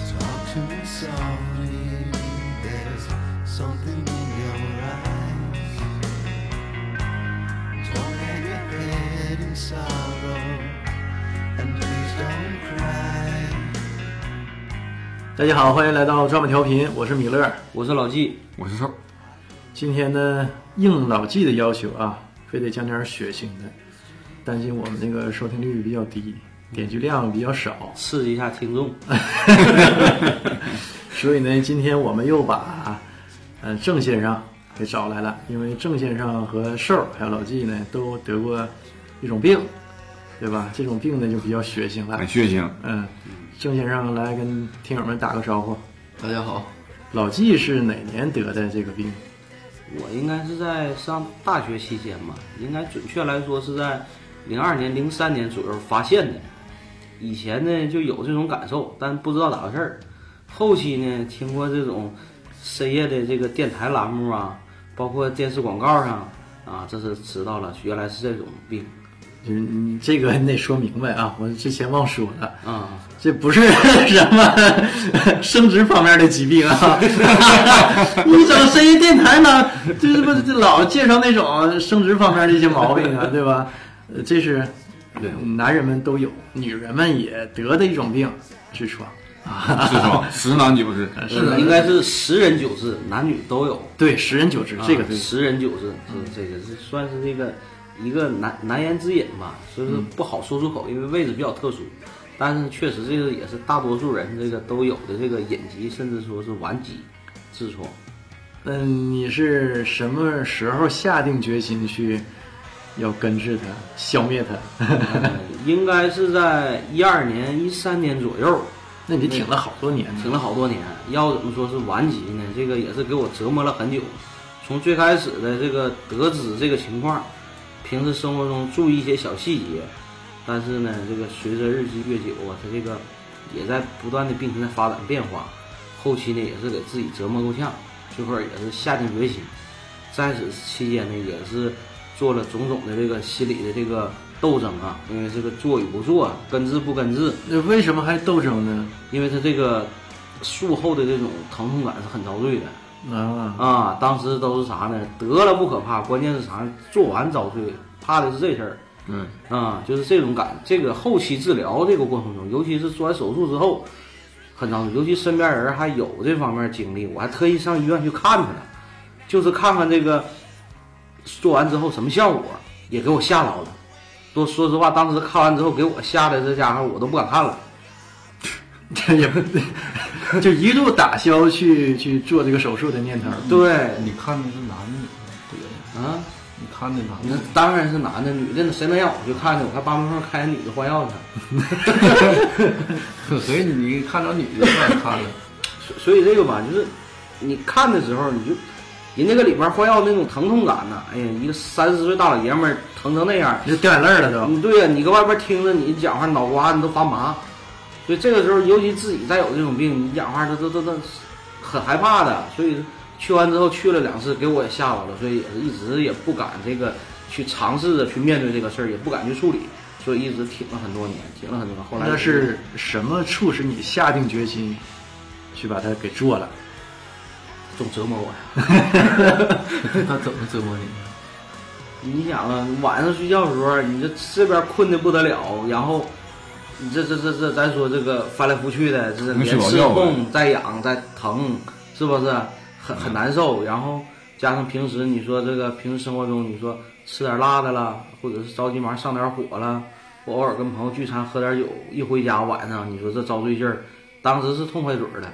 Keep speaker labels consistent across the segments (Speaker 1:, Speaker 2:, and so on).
Speaker 1: too softly. There's something in your eyes. Don't hang your head in sorrow, and please don't cry.
Speaker 2: 大家好，欢迎来到抓马调频，我是米勒。
Speaker 3: 我是老纪，
Speaker 4: 我是瘦，
Speaker 2: 今天呢，应老纪的要求啊，非得讲点血腥的，担心我们那个收听率比较低，点击量比较少，
Speaker 3: 刺激一下听众。
Speaker 2: 所以呢，今天我们又把呃郑先生给找来了，因为郑先生和瘦儿还有老纪呢都得过一种病，对吧？这种病呢就比较血腥了
Speaker 4: 很。哎血腥。
Speaker 2: 嗯，郑先生来跟听友们打个招呼。
Speaker 5: 大家好，
Speaker 2: 老纪是哪年得的这个病？
Speaker 3: 我应该是在上大学期间吧，应该准确来说是在零二年、零三年左右发现的。以前呢就有这种感受，但不知道咋回事儿。后期呢，听过这种深夜的这个电台栏目啊，包括电视广告上啊，这是知道了，原来是这种病
Speaker 2: 就是你这个你得说明白啊，我之前忘说了，
Speaker 3: 啊。
Speaker 2: 这不是什么生殖方面的疾病啊。 一整深夜电台呢，这不这老介绍那种生殖方面的一些毛病啊，对吧？呃，这是
Speaker 3: 对
Speaker 2: 男人们都有，女人们也得的一种病——痔疮。
Speaker 4: 痔疮，十男九痔。
Speaker 3: 哎
Speaker 2: 是的
Speaker 3: 嗯应该是十人九痔，男女都有。
Speaker 2: 对，十人九痔，这个嗯
Speaker 3: 啊
Speaker 2: 对。
Speaker 3: 十人九痔是这个是算是这个一个难难言之隐吧，所
Speaker 2: 嗯
Speaker 3: 以说不好说出口，因为位置比较特殊。但是确实这个也是大多数人这个都有的这个隐疾，甚至说是顽疾、痔疮。
Speaker 2: 嗯，你是什么时候下定决心去要根治它、消灭它？
Speaker 3: 呃应该是在一二年、一三年左右，
Speaker 2: 那你挺了好多年呢。
Speaker 3: 停了好多年。要怎么说是顽疾呢？这个也是给我折磨了很久。从最开始的这个得知这个情况，平时生活中注意一些小细节，但是呢，这个随着日积月久啊，它这个也在不断的病情的发展变化。后期呢，也是给自己折磨够呛，最后也是下定决心。在此期间呢，也是做了种种的这个心理的这个斗争啊，因为这个做与不做，啊根治不根治，
Speaker 2: 那为什么还斗争呢？
Speaker 3: 因为他这个术后的这种疼痛感是很遭罪的
Speaker 2: 啊，
Speaker 3: 啊。当时都是啥呢？得了不可怕，关键是啥呢？做完遭罪，怕的是这事儿。
Speaker 4: 对，
Speaker 3: 啊，就是这种感。这个后期治疗这个过程中，尤其是做完手术之后，很遭罪。尤其身边人还有这方面经历，我还特意上医院去看他了，就是看看这个做完之后什么效果，也给我吓着了。说说实话，当时看完之后给我吓得这家伙我都不敢看了。
Speaker 2: 这也不就一度打消去去做这个手术的念头。
Speaker 3: 对，
Speaker 5: 你看的是男的女的？对，
Speaker 3: 啊。
Speaker 5: 你看的男
Speaker 3: 那
Speaker 5: 的。
Speaker 3: 当然是男的，女的那谁能让我去看呢？我还扒门缝开女的换 钥匙，
Speaker 5: 所以你看着女的不敢看了，
Speaker 3: 所所以这个吧，就是你看的时候，你就人家搁里边换药那种疼痛感呐、哎呀，一个三十岁大老爷们儿疼成那样，
Speaker 2: 你就掉眼泪了都。
Speaker 3: 你嗯对呀、你搁外边听着你讲话，脑瓜你都发麻。所以这个时候，尤其自己再有这种病，你讲话这这这这很害怕的。所以去完之后去了两次，给我也吓着了，所以也是一直也不敢这个去尝试着去面对这个事儿，也不敢去处理，所以一直挺了很多年，挺了很多年。后来
Speaker 2: 那是什么促使你下定决心去把它给做了？
Speaker 3: 总折磨我呀。
Speaker 5: 他怎么折磨你？
Speaker 3: 你想啊，晚上睡觉的时候，你这这边困的不得了，然后你这这这这，咱说这个翻来覆去的，这
Speaker 4: 没
Speaker 3: 连
Speaker 4: 睡着
Speaker 3: 刺
Speaker 4: 觉呗
Speaker 3: 痛再痒再疼，是不是很很难受？然后加上平时你说这个平时生活中，你说吃点辣的啦，或者是着急忙上点火了，我偶尔跟朋友聚餐喝点酒，一回家晚上你说这遭罪劲儿，当时是痛快嘴儿的，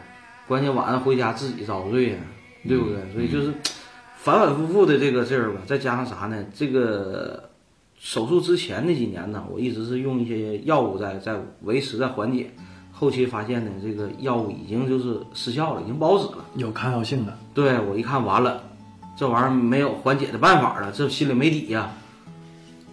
Speaker 3: 关键晚上回家自己遭罪呀，对不对？
Speaker 4: 嗯
Speaker 3: 所以就是反反复复的这个事儿吧，再加上啥呢？这个手术之前那几年呢，我一直是用一些药物在在维持在缓解，后期发现呢，这个药物已经就是失效了，已经不好使了。
Speaker 2: 有抗药性的，
Speaker 3: 对我一看完了，这玩意儿没有缓解的办法了，这心里没底呀、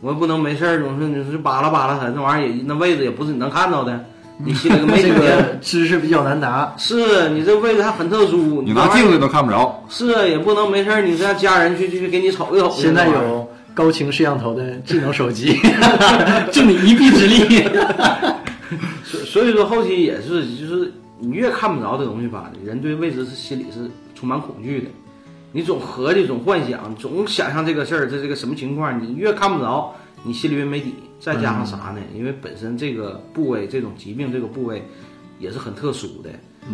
Speaker 3: 我也不能没事儿总是你是扒拉扒拉它，这玩意儿也那位置也不是你能看到的，你心 里没底
Speaker 2: 这
Speaker 3: 呀。
Speaker 2: 个知识比较难拿。
Speaker 3: 是啊你这位置还很特殊，
Speaker 4: 你
Speaker 3: 拿
Speaker 4: 拿镜子都看不着。
Speaker 3: 是也不能没事儿，你让家人去去去给你瞅一瞅。
Speaker 2: 现在 有高清摄像头的智能手机， 助你一臂之力。
Speaker 3: 所所以说后期也是就是你越看不着的东西吧，人对未知是心里是充满恐惧的。你总合计，总幻想，总想象这个事儿，这这个什么情况，你越看不着，你心里越没底。再加上啥呢？因为本身这个部位，这种疾病这个部位也是很特殊的。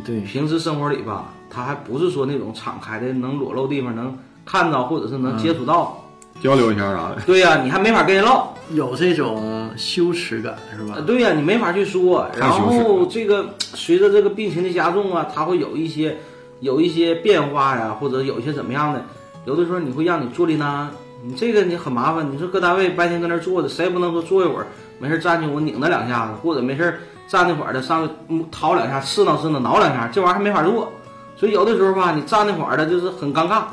Speaker 2: 对，
Speaker 3: 平时生活里吧，他还不是说那种敞开的能裸露地方能看到，或者是能接触到。
Speaker 4: 交流一下啥的。
Speaker 3: 对呀、你还没法跟人唠。
Speaker 2: 有这种羞耻感是吧
Speaker 3: 呃？对呀、你没法去说。
Speaker 4: 太
Speaker 3: 然
Speaker 4: 羞耻
Speaker 3: 后
Speaker 4: 了
Speaker 3: 这个随着这个病情的加重啊，它会有一些有一些变化呀、或者有一些怎么样的，有的时候你会让你坐立难安。你这个你很麻烦，你说搁单位白天搁那儿坐着，谁也不能说坐一会儿没事儿站起我拧他两下子，或者没事儿站那会儿的上去嗯掏两下，刺挠刺挠挠两下，这玩意儿还没法做。所以有的时候吧，你站那会儿的就是很尴尬。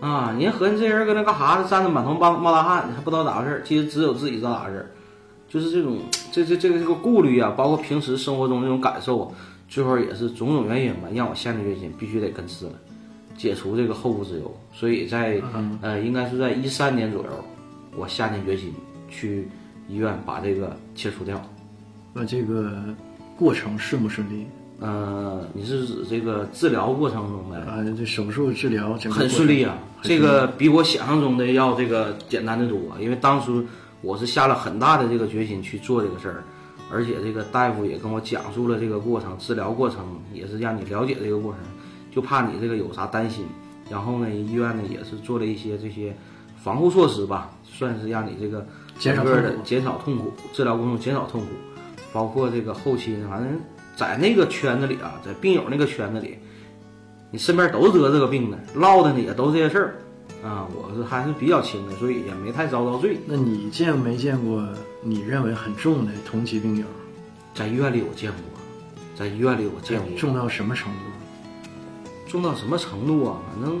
Speaker 3: 啊，人家合计这人搁那干哈呢？站着满头冒冒大汗，还不知道咋回事儿。其实只有自己知道咋回事儿。就是这种这这这个这个顾虑啊，包括平时生活中这种感受啊，最后也是种种原因吧，让我下定决心必须得根治了，解除这个后顾之忧。所以在、呃，应该是在一三年左右，我下定决心去医院把这个切除掉。
Speaker 2: 那这个过程顺不顺利？
Speaker 3: 呃，你是指这个治疗过程中的？
Speaker 2: 啊，这手术治疗整个
Speaker 3: 很
Speaker 2: 过
Speaker 3: 顺利
Speaker 2: 程
Speaker 3: 啊，这个比我想象中的要这个简单的多，啊因为当初我是下了很大的这个决心去做这个事儿，而且这个大夫也跟我讲述了这个过程，治疗过程也是让你了解这个过程，就怕你这个有啥担心。然后呢，医院呢也是做了一些这些防护措施吧，算是让你这个
Speaker 2: 减少
Speaker 3: 整个
Speaker 2: 痛
Speaker 3: 的
Speaker 2: 苦
Speaker 3: 减少痛苦，治疗过程中减少痛苦，包括这个后期呢，反正在那个圈子里啊，在病友那个圈子里，你身边都是得这个病的，唠的呢也都是这些事儿，啊，我是还是比较轻的，所以也没太遭到罪。
Speaker 2: 那你见没见过你认为很重的同级病友？
Speaker 3: 在医院里我见过，在医院里我见过，
Speaker 2: 重到什么程度？
Speaker 3: 重到什么程度啊？反正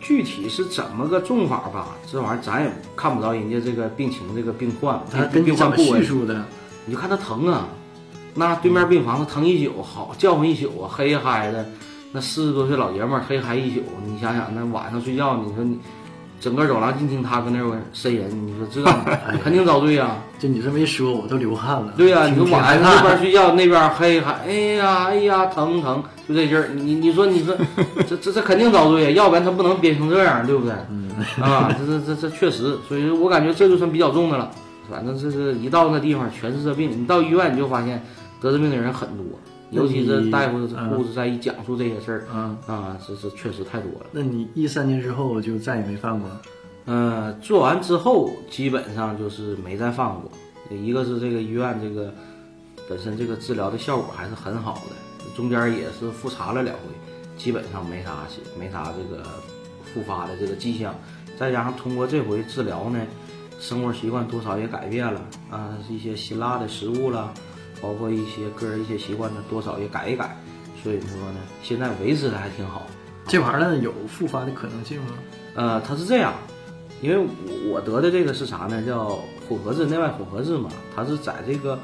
Speaker 3: 具体是怎么个重法吧，这玩意儿咱也看不着人家这个病情、这个病患、
Speaker 2: 他
Speaker 3: 病
Speaker 2: 跟你
Speaker 3: 病
Speaker 2: 怎
Speaker 3: 患
Speaker 2: 么
Speaker 3: 部
Speaker 2: 叙
Speaker 3: 位，
Speaker 2: 述的？
Speaker 3: 你就看他疼啊，那对面病房他疼一宿，好叫唤一宿啊，黑嗨的，那四十多岁老爷们儿黑嗨一宿，你想想那晚上睡觉，你说你整个走廊净听他跟那儿呻吟，你说 这肯定遭罪啊。
Speaker 2: 就你这么一说，我都流汗了。
Speaker 3: 对呀、你
Speaker 2: 挺
Speaker 3: 说
Speaker 2: 挺害
Speaker 3: 晚上
Speaker 2: 怕
Speaker 3: 这边睡觉，那边黑喊，哎呀哎呀疼疼，就这劲儿。你你说你 说，这这这肯定遭罪啊，要不然他不能憋成这样，对不对？
Speaker 2: 嗯
Speaker 3: 啊，这这这这确实，所以我感觉这就算比较重的了。反正这是一到那地方全是这病，你到医院你就发现得这病的人很多，尤其是
Speaker 2: 你
Speaker 3: 大夫
Speaker 2: 嗯
Speaker 3: 护士在一讲述这些事儿
Speaker 2: 嗯，
Speaker 3: 啊，这这确实太多了。
Speaker 2: 那你一三年之后就再也没犯过？
Speaker 3: 呃，做完之后基本上就是没再犯过。一个是这个医院这个本身这个治疗的效果还是很好的，中间也是复查了两回，基本上没啥没啥这个复发的这个迹象。再加上通过这回治疗呢，生活习惯多少也改变了啊，一些辛辣的食物啦，包括一些个人一些习惯呢，多少也改一改。所以说呢，现在维持的还挺好。
Speaker 2: 这玩意儿呢有复发的可能性吗？
Speaker 3: 呃，它是这样，因为我我得的这个是啥呢？叫混合制内外混合制嘛，它是在这个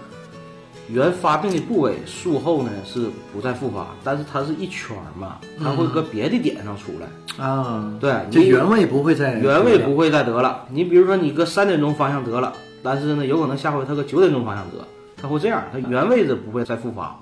Speaker 3: 原发病的部位术后呢是不再复发，但是它是一圈儿嘛，它会搁别的点上出来，
Speaker 2: 啊，
Speaker 3: 对
Speaker 2: 就
Speaker 3: 你
Speaker 2: 原位不会再
Speaker 3: 原位不
Speaker 2: 会
Speaker 3: 会再得了。你比如说你搁三点钟方向得了，但是呢，有可能下回它搁九点钟方向得，它会这样，它原位置不会再复发，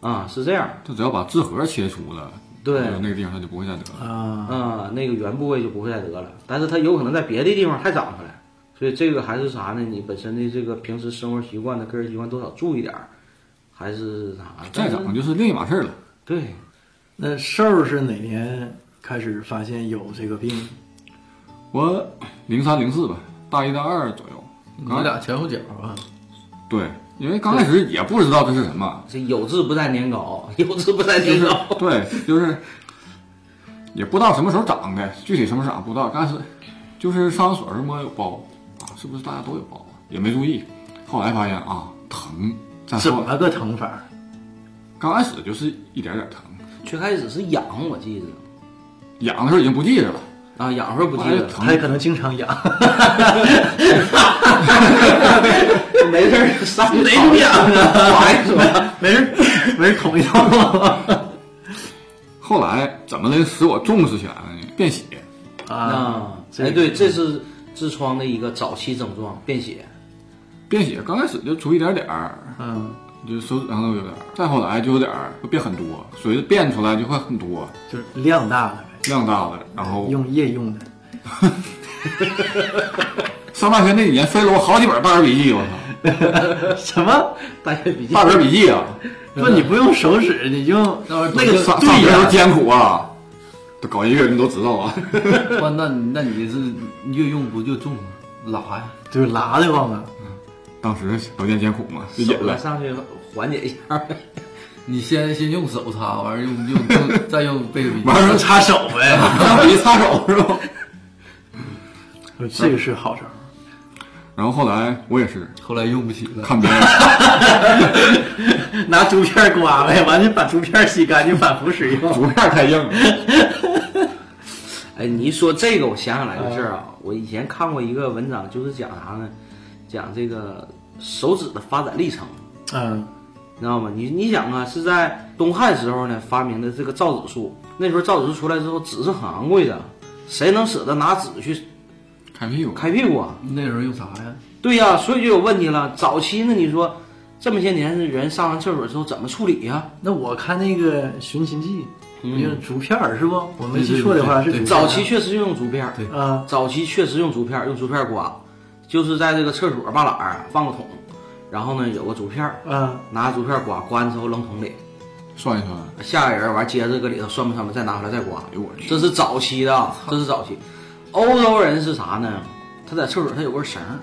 Speaker 3: 啊，是这样，
Speaker 4: 他只要把智核切除了，
Speaker 3: 对。
Speaker 4: 那个地方他就不会再得了。
Speaker 2: 啊，
Speaker 3: 啊、那个原部位就不会再得了，但是它有可能在别的地方还长出来，所以这个还是啥呢？你本身的这个平时生活习惯的个人习惯多少注意点儿，还是啥？
Speaker 4: 再
Speaker 3: 但是
Speaker 4: 整就是另一码事儿了。
Speaker 3: 对，
Speaker 2: 那瘦是哪年开始发现有这个病？
Speaker 4: 我零三零四吧，大一大二左右。
Speaker 5: 你
Speaker 4: 刚
Speaker 5: 俩前后脚啊，
Speaker 4: 对，因为刚开始也不知道这是什么，
Speaker 3: 这有志不在年高， 有志不在
Speaker 4: 就
Speaker 3: 年
Speaker 4: 是
Speaker 3: 高。
Speaker 4: 对，就是也不知道什么时候长的，具体什么时候长不知道。但是就是上厕所什么有包啊，是不是大家都有包啊？也没注意，后来发现啊疼，再
Speaker 2: 怎
Speaker 4: 后
Speaker 2: 么个疼法？
Speaker 4: 刚开始就是一点点疼，
Speaker 3: 最开始是痒，我记得
Speaker 4: 痒的时候已经不记着了，
Speaker 3: 啊，痒时候不记
Speaker 4: 后来就
Speaker 3: 得，
Speaker 4: 疼
Speaker 2: 他也可能经常痒，
Speaker 3: 没事儿上
Speaker 2: 哪
Speaker 3: 哪
Speaker 2: 种痒啊？
Speaker 3: 玩一说，
Speaker 2: 没人 没人捅一刀
Speaker 4: 后来怎么的使我重视起来了呢？便血，
Speaker 2: 啊
Speaker 3: 啊！，
Speaker 2: 这
Speaker 3: 哎，对，这是痔 疮的一个早期症状，便血。
Speaker 4: 便血刚开始就出一点点儿，
Speaker 2: 嗯
Speaker 4: 就手指上都有点儿。再后来就有点儿就变很多，随着变出来就会很多，
Speaker 2: 就是量大了呗，
Speaker 4: 量大了。然后
Speaker 2: 用夜用的。
Speaker 4: 上大学那几年分了我好几本大学笔记，我操，
Speaker 2: 什么？
Speaker 3: 大学笔记
Speaker 4: 大学笔记啊，
Speaker 2: 不，你不用手指，你就
Speaker 5: 那
Speaker 2: 那 个
Speaker 4: 上上学
Speaker 2: 对
Speaker 4: 时候
Speaker 2: 呀、
Speaker 4: 艰苦啊，都搞音乐你都知道啊。
Speaker 5: 不，那你那你是越用不越重吗？拉呀，
Speaker 2: 就是拉的慌啊。
Speaker 4: 当时条件艰苦嘛，就忍了。
Speaker 3: 上去缓解一下。
Speaker 5: 你先先用手擦，完了用用用再用贝 笔，
Speaker 4: 完了
Speaker 2: 擦手呗，
Speaker 4: 拿笔擦手是吧？
Speaker 2: 这个是好招。
Speaker 4: 然后后来我也是
Speaker 5: 后来用不起了。
Speaker 4: 看别人，
Speaker 2: 拿竹片刮呗，完了把竹片洗干净，反复使用。
Speaker 4: 竹片太硬了，
Speaker 3: 哎，你一说这个，我想起来个事儿啊，我以前看过一个文章，就是讲啥呢？讲这个手指的发展历程，
Speaker 2: 嗯，
Speaker 3: 你知道吗？你你想啊，是在东汉时候呢发明的这个造纸术，那时候造纸术出来之后，纸是很昂贵的，谁能舍得拿纸去
Speaker 4: 开屁股。
Speaker 3: 开屁股啊？
Speaker 5: 那时候用啥呀？
Speaker 3: 对呀、所以就有问题了。早期呢，你说这么些年人上完厕所之后怎么处理呀、
Speaker 2: 那我看那个《寻秦记》，
Speaker 3: 嗯
Speaker 2: 就是竹片儿是不？我没记错的话是
Speaker 5: 对对对
Speaker 2: 竹片儿
Speaker 3: 早期确实用竹片儿，
Speaker 5: 对
Speaker 2: 啊，
Speaker 3: 早期确实用竹片儿，用竹片儿刮，就是在这个厕所半栏儿啊放个桶，然后呢有个竹片儿，
Speaker 2: 啊，
Speaker 3: 拿竹片儿刮，刮完之后扔桶里，
Speaker 4: 算一算，
Speaker 3: 吓人完接着搁里头涮吧涮吧，再拿回来再刮。
Speaker 4: 哎呦我去，
Speaker 3: 这是早期的，啊，这是早期。欧洲人是啥呢？他在厕所他有根绳儿，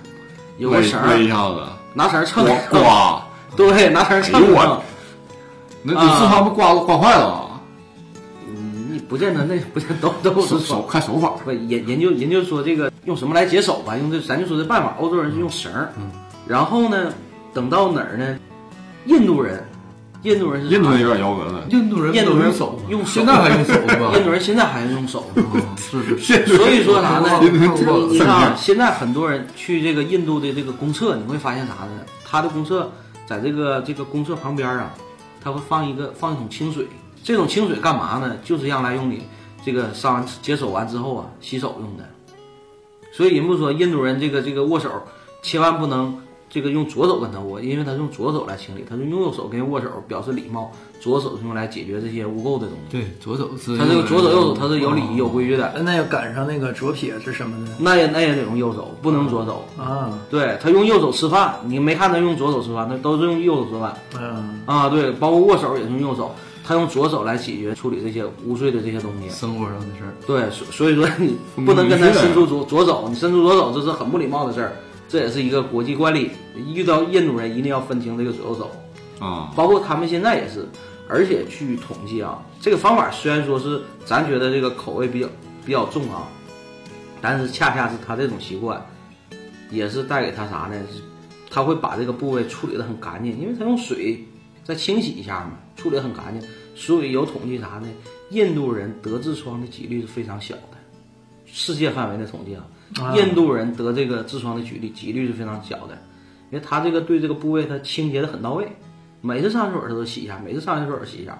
Speaker 3: 有个
Speaker 4: 勒
Speaker 3: 绳
Speaker 4: 勒
Speaker 3: 儿，
Speaker 4: 一下子，
Speaker 3: 拿绳儿蹭
Speaker 4: 刮刮，
Speaker 3: 对，拿绳儿蹭
Speaker 4: 哎呦我
Speaker 3: 蹭。
Speaker 4: 那你
Speaker 3: 啊
Speaker 4: 痔疮不刮刮坏了？啊
Speaker 3: 嗯，你不见得那不见得都都
Speaker 4: 手
Speaker 3: 是
Speaker 4: 手看手法，
Speaker 3: 不研研究研究说这个用什么来解手吧，用这咱就说这办法，欧洲人是用绳儿，
Speaker 5: 嗯，
Speaker 3: 然后呢，等到哪儿呢？印度人，印度人是啥
Speaker 4: 印度人有点摇格
Speaker 3: 嗯
Speaker 4: 子。
Speaker 5: 印度人
Speaker 3: 印
Speaker 5: 不
Speaker 3: 度
Speaker 5: 都
Speaker 3: 人
Speaker 5: 用手吗？
Speaker 3: 用手
Speaker 5: 现在还用手
Speaker 3: 印度
Speaker 5: 吧？
Speaker 3: 人现在还用手呢，
Speaker 5: 啊是是 是，
Speaker 3: 所以说啥 呢？
Speaker 5: 印度人
Speaker 3: 你
Speaker 5: 不
Speaker 3: 你看
Speaker 4: 上
Speaker 3: 啊
Speaker 4: 天，
Speaker 3: 现在很多人去这个印度的这个公厕，你会发现啥呢？他的公厕在这个这个公厕旁边啊，他会放一个放一桶清水，这种清水干嘛呢？就是让来用你这个上完解手完之后啊洗手用的。所以人不说印度人这个这个握手千万不能这个用左手跟他握，因为他是用左手来清理，他是用右手跟人握手表示礼貌，左手是用来解决这些污垢的东西。
Speaker 5: 对，左手是
Speaker 3: 他这个左手右手他是有礼仪有规矩的。
Speaker 2: 那要赶上那个左撇子什么的
Speaker 3: 那也那也得用右手，不能左手。
Speaker 2: 啊，
Speaker 3: 对他用右手吃饭，你没看他用左手吃饭，他都是用右手吃饭
Speaker 2: 嗯，
Speaker 3: 啊。对，包括握手也是用右手，他用左手来解决处理这些污秽的这些东西。
Speaker 5: 生活上的事儿。
Speaker 3: 对，所所以说你不能跟他伸出左左手，你伸出左手这是很不礼貌的事儿，这也是一个国际惯例。遇到印度人一定要分清这个左右手。
Speaker 4: 啊，
Speaker 3: 包括他们现在也是。而且据统计啊，这个方法虽然说是咱觉得这个口味比较比较重啊，但是恰恰是他这种习惯，也是带给他啥呢？是他会把这个部位处理得很干净，因为他用水再清洗一下嘛，处理得很干净。所以有统计啥呢？印度人得痔疮的几率是非常小的，世界范围的统计啊，
Speaker 2: 啊
Speaker 3: 印度人得这个痔疮的几率几率是非常小的，因为他这个对这个部位他清洁的很到位，每次上厕所他都洗一下，每次上厕所洗一下。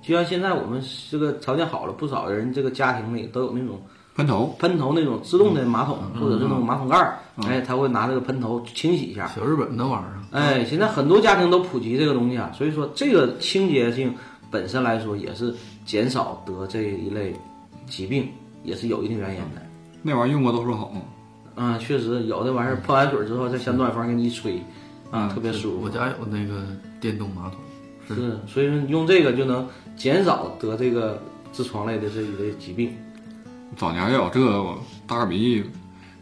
Speaker 3: 就像现在我们这个条件好了，不少人这个家庭里都有那种
Speaker 4: 喷头，
Speaker 3: 喷头那种自动
Speaker 5: 嗯
Speaker 3: 的马桶，或者是那种马桶盖儿，哎，他会拿这个喷头清洗一下。
Speaker 5: 小日本那玩意儿，啊
Speaker 3: 哎，现在很多家庭都普及这个东西啊，所以说这个清洁性本身来说也是减少得这一类疾病，也是有一定原因的。
Speaker 4: 那玩意儿用过都说好吗？
Speaker 3: 啊、确实有的玩意儿泡完水之后，再小暖风给你一吹，啊、特别舒
Speaker 5: 嗯我
Speaker 3: 服。
Speaker 5: 家有那个电动马桶，
Speaker 3: 是，
Speaker 5: 嗯
Speaker 3: 所以说你用这个就能减少得这个痔疮类的这一类疾病。
Speaker 4: 早年要有这个我大 耳鼻，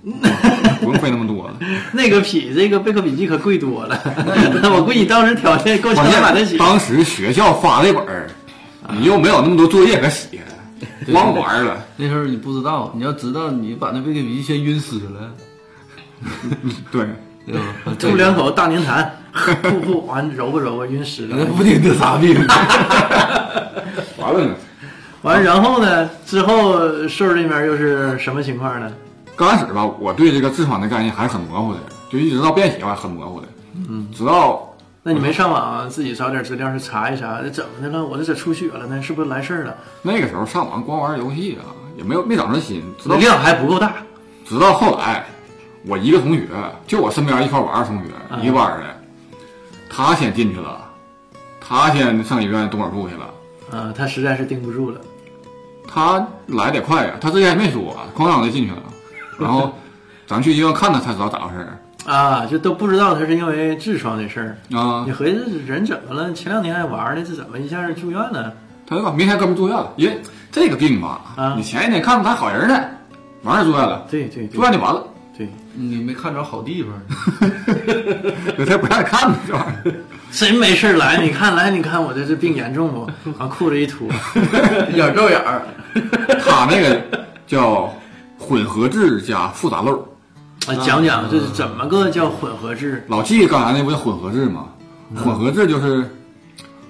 Speaker 4: 不用费那么多了。
Speaker 2: 那个比这个贝壳笔记可贵呃多了。我估计你当时条件够
Speaker 4: 关
Speaker 2: 呛买得起
Speaker 4: 键。当时学校发这本儿，
Speaker 5: 啊
Speaker 4: 你又没有那么多作业可写，光玩儿了。
Speaker 5: 那时候你不知道，你要知道，你把那贝克笔先晕湿了，
Speaker 4: 对，
Speaker 5: 对吧？
Speaker 2: 吐两口大粘痰，噗噗完揉吧揉吧，晕湿
Speaker 5: 那
Speaker 2: 了。
Speaker 5: 不得得啥病？
Speaker 4: 完了呢。
Speaker 2: 完，然后呢？之后瘦这边又是什么情况呢？
Speaker 4: 刚开始吧，我对这个痔疮的概念还是很模糊的，就一直到变形吧，很模糊的。嗯，直到
Speaker 2: 那你没上网啊自己找点资料去查一查，怎么的了？我这咋出血了呢？是不是来事儿了？
Speaker 4: 那个时候上网光玩游戏啊，也没有没长着心。直到
Speaker 2: 量还不够大，
Speaker 4: 直到后来，我一个同学，就我身边一块玩儿的同学，一个班儿的，他先进去了，他先上医院动手术去了。
Speaker 2: 啊，他实在是盯不住了，
Speaker 4: 他来得快呀、他之前也没说、啊哐当就进去了。然后咱去医院看他才知道咋回事儿
Speaker 2: 啊，就都不知道他是因为痔疮的事儿。
Speaker 4: 啊
Speaker 2: 你。合计这人怎么了？前两天还玩呢，这怎么一下住院了？
Speaker 4: 他就把明天哥们住院了，因为这个病吧，
Speaker 2: 啊
Speaker 4: 你前一天看着他好人呢，完事儿住院了，
Speaker 2: 对对
Speaker 4: 住
Speaker 2: 对
Speaker 4: 院就完了，
Speaker 2: 对，
Speaker 5: 你没看着好地方，
Speaker 4: 他不让看呢，这玩 意儿。
Speaker 2: 谁没事儿来？你看来，你看我这这病严重 不？往裤子一啊脱，
Speaker 5: 眼儿照眼儿，
Speaker 4: 他那个叫混合质加复杂漏。
Speaker 2: 啊，讲讲这是怎么个叫混合制？
Speaker 4: 老纪刚才那不叫混合制吗？
Speaker 2: 嗯
Speaker 4: 混合制就是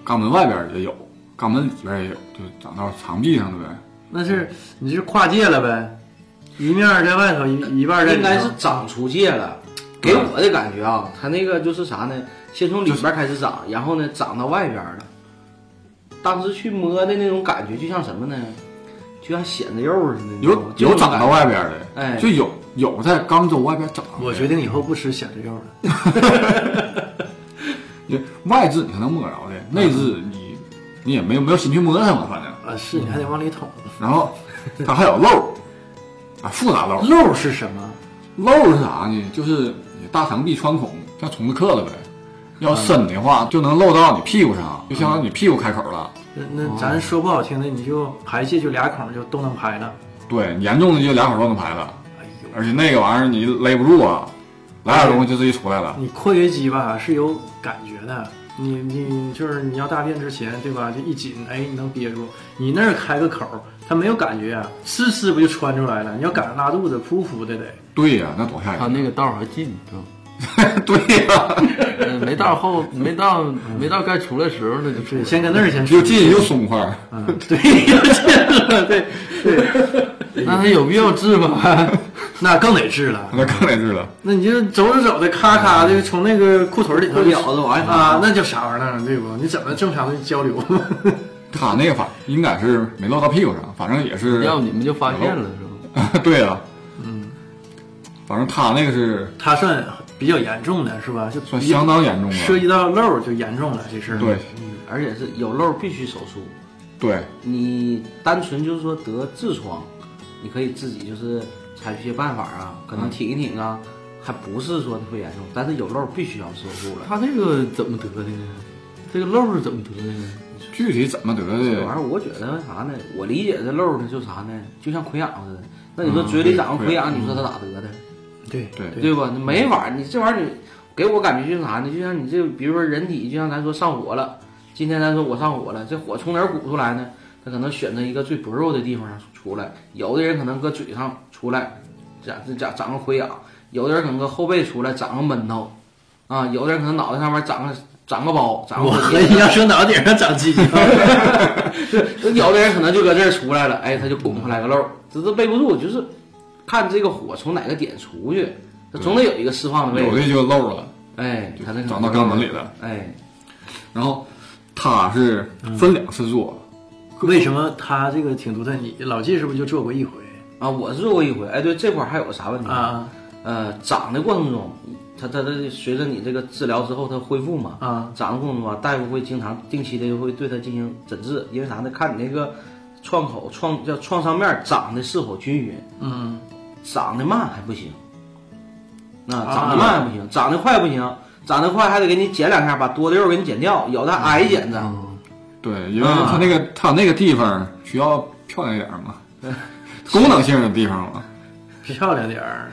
Speaker 4: 肛门外边儿也有，肛门里边儿也有，就长到肠壁上的呗。
Speaker 2: 那是你是跨界了呗？一面儿在外头，一一半儿在里
Speaker 3: 呃应
Speaker 2: 头
Speaker 3: 该是长出界了。
Speaker 5: 嗯
Speaker 3: 给我的感觉啊，他那个就是啥呢？先从里边开始
Speaker 5: 嗯
Speaker 3: 长，然后呢长到外边了。当时去摸的那种感觉，就像什么呢？就像显子肉似的，你知道
Speaker 2: 哦
Speaker 4: 有
Speaker 3: 吗
Speaker 4: 有长到，外边儿的，
Speaker 3: 哎
Speaker 4: 就有有在肛周外边长的。
Speaker 2: 我决定以后不吃显着肉了。
Speaker 4: 你外痔你才能摸着的，内痔你你也没有没有心去摸它嘛，反正。
Speaker 3: 嗯
Speaker 2: 啊，是你还得往里捅。
Speaker 4: 然后它还有漏儿，啊，复杂漏儿。
Speaker 2: 漏是什么？
Speaker 4: 漏儿是啥呢？就是你大肠壁穿孔，像虫子克了呗。要深的话，就能漏到你屁股上，就相当于你屁股开口了。
Speaker 2: 那
Speaker 3: 哦
Speaker 2: 那咱说不好听的，你就排泄就俩孔就都能排了。
Speaker 4: 对，严重的就两口都能排了。
Speaker 2: 哎呦，
Speaker 4: 而且那个玩意儿你勒不住啊，来点东西就自己出来了。
Speaker 2: 你括约肌吧是有感觉的，你你就是你要大便之前对吧，就一紧，哎，你能憋住。你那儿开个口，它没有感觉啊，呲呲不就穿出来了？你要赶上拉肚子，噗噗的得。
Speaker 4: 对呀、那多吓
Speaker 5: 他
Speaker 4: 人！
Speaker 5: 那个道儿还近，是吧？
Speaker 4: 对呀、
Speaker 5: 嗯没到 后，没到
Speaker 3: 嗯
Speaker 5: 没到该出来时候那就出来
Speaker 2: 对，。先跟那儿先
Speaker 4: 又近又松快。
Speaker 2: 嗯，对，又近了，对对，
Speaker 5: 那他有必要治吗？
Speaker 2: 那更得治了。
Speaker 4: 那更得治了。
Speaker 2: 那你就走着走着，咔咔的从那个裤腿里头
Speaker 3: 小饺子往外放
Speaker 2: 啊，那叫啥玩意儿？对不？你怎么正常的交流？
Speaker 4: 他那个反应该是没落到屁股上，反正也是。
Speaker 5: 要不你们就发现了是 吧？
Speaker 4: 对呀、嗯，反正他那个是
Speaker 2: 他算比较严重的是吧？就
Speaker 4: 算相当严重
Speaker 2: 涉
Speaker 4: 了。
Speaker 2: 及到漏就严重了，这事儿。
Speaker 4: 对
Speaker 3: 而且是有漏必须手术。
Speaker 4: 对，
Speaker 3: 你单纯就是说得痔疮，你可以自己就是采取一些办法啊，可能挺一挺啊，还不是说特别严重，但是有漏必须要手术了。
Speaker 5: 他这个怎么得的呢？这个漏是怎么得的呢？
Speaker 4: 具体怎么得
Speaker 3: 这玩意
Speaker 4: 的？
Speaker 3: 儿我觉得啥呢？我理解这漏呢，就啥呢？就像溃疡似的。那你说嘴里长个嗯溃疡，你说它咋得的？
Speaker 2: 对
Speaker 4: 对
Speaker 3: 对吧？那没法儿，你这玩意儿你给我感觉就是啥呢？就像你这，比如说人体，就像咱说上火了，今天咱说我上火了，这火从哪儿鼓出来呢？他可能选择一个最薄弱的地方上出来，有的人可能搁嘴上出来，长这长长个溃疡；有的人可能搁后背出来长个闷头，啊，有的人可能脑袋上面长个长个包，长个
Speaker 2: 我
Speaker 3: 火
Speaker 2: 合
Speaker 3: 疖
Speaker 2: 计要说脑顶
Speaker 4: 啊
Speaker 2: 上长犄角，
Speaker 3: 有的人可能就搁这儿出来了，哎，他就拱出来个漏，这都背不住，就是看这个火从哪个点出去，它总得有一个释放的位
Speaker 4: 有
Speaker 3: 置，
Speaker 4: 的就漏了，
Speaker 3: 哎，他那个
Speaker 4: 长到肛门里了。
Speaker 3: 哎，
Speaker 4: 然后他是
Speaker 3: 嗯
Speaker 4: 分两次做，
Speaker 2: 为什么他这个挺独特？你老纪是不是就做过一回
Speaker 3: 啊，我做过一回。哎，对，这块儿还有个啥问题？
Speaker 2: 啊
Speaker 3: 呃，长的过程中，它它它随着你这个治疗之后，它恢复嘛。
Speaker 2: 啊？
Speaker 3: 长的过程中啊，大夫会经常定期的会对它进行诊治，因为啥呢？看你那个创口创叫创伤面长得是否均匀，
Speaker 2: 嗯，
Speaker 3: 长得慢还不行，那
Speaker 2: 啊
Speaker 3: 长得慢还不行，长得快不行，长得快还得给你剪两下，把多的肉给你剪掉，有的
Speaker 2: 嗯
Speaker 3: 挨剪子。
Speaker 4: 对，因为
Speaker 3: 啊
Speaker 4: 他那个他那个地方需要漂亮一点 嘛，功能性的地方嘛，
Speaker 2: 漂亮点儿。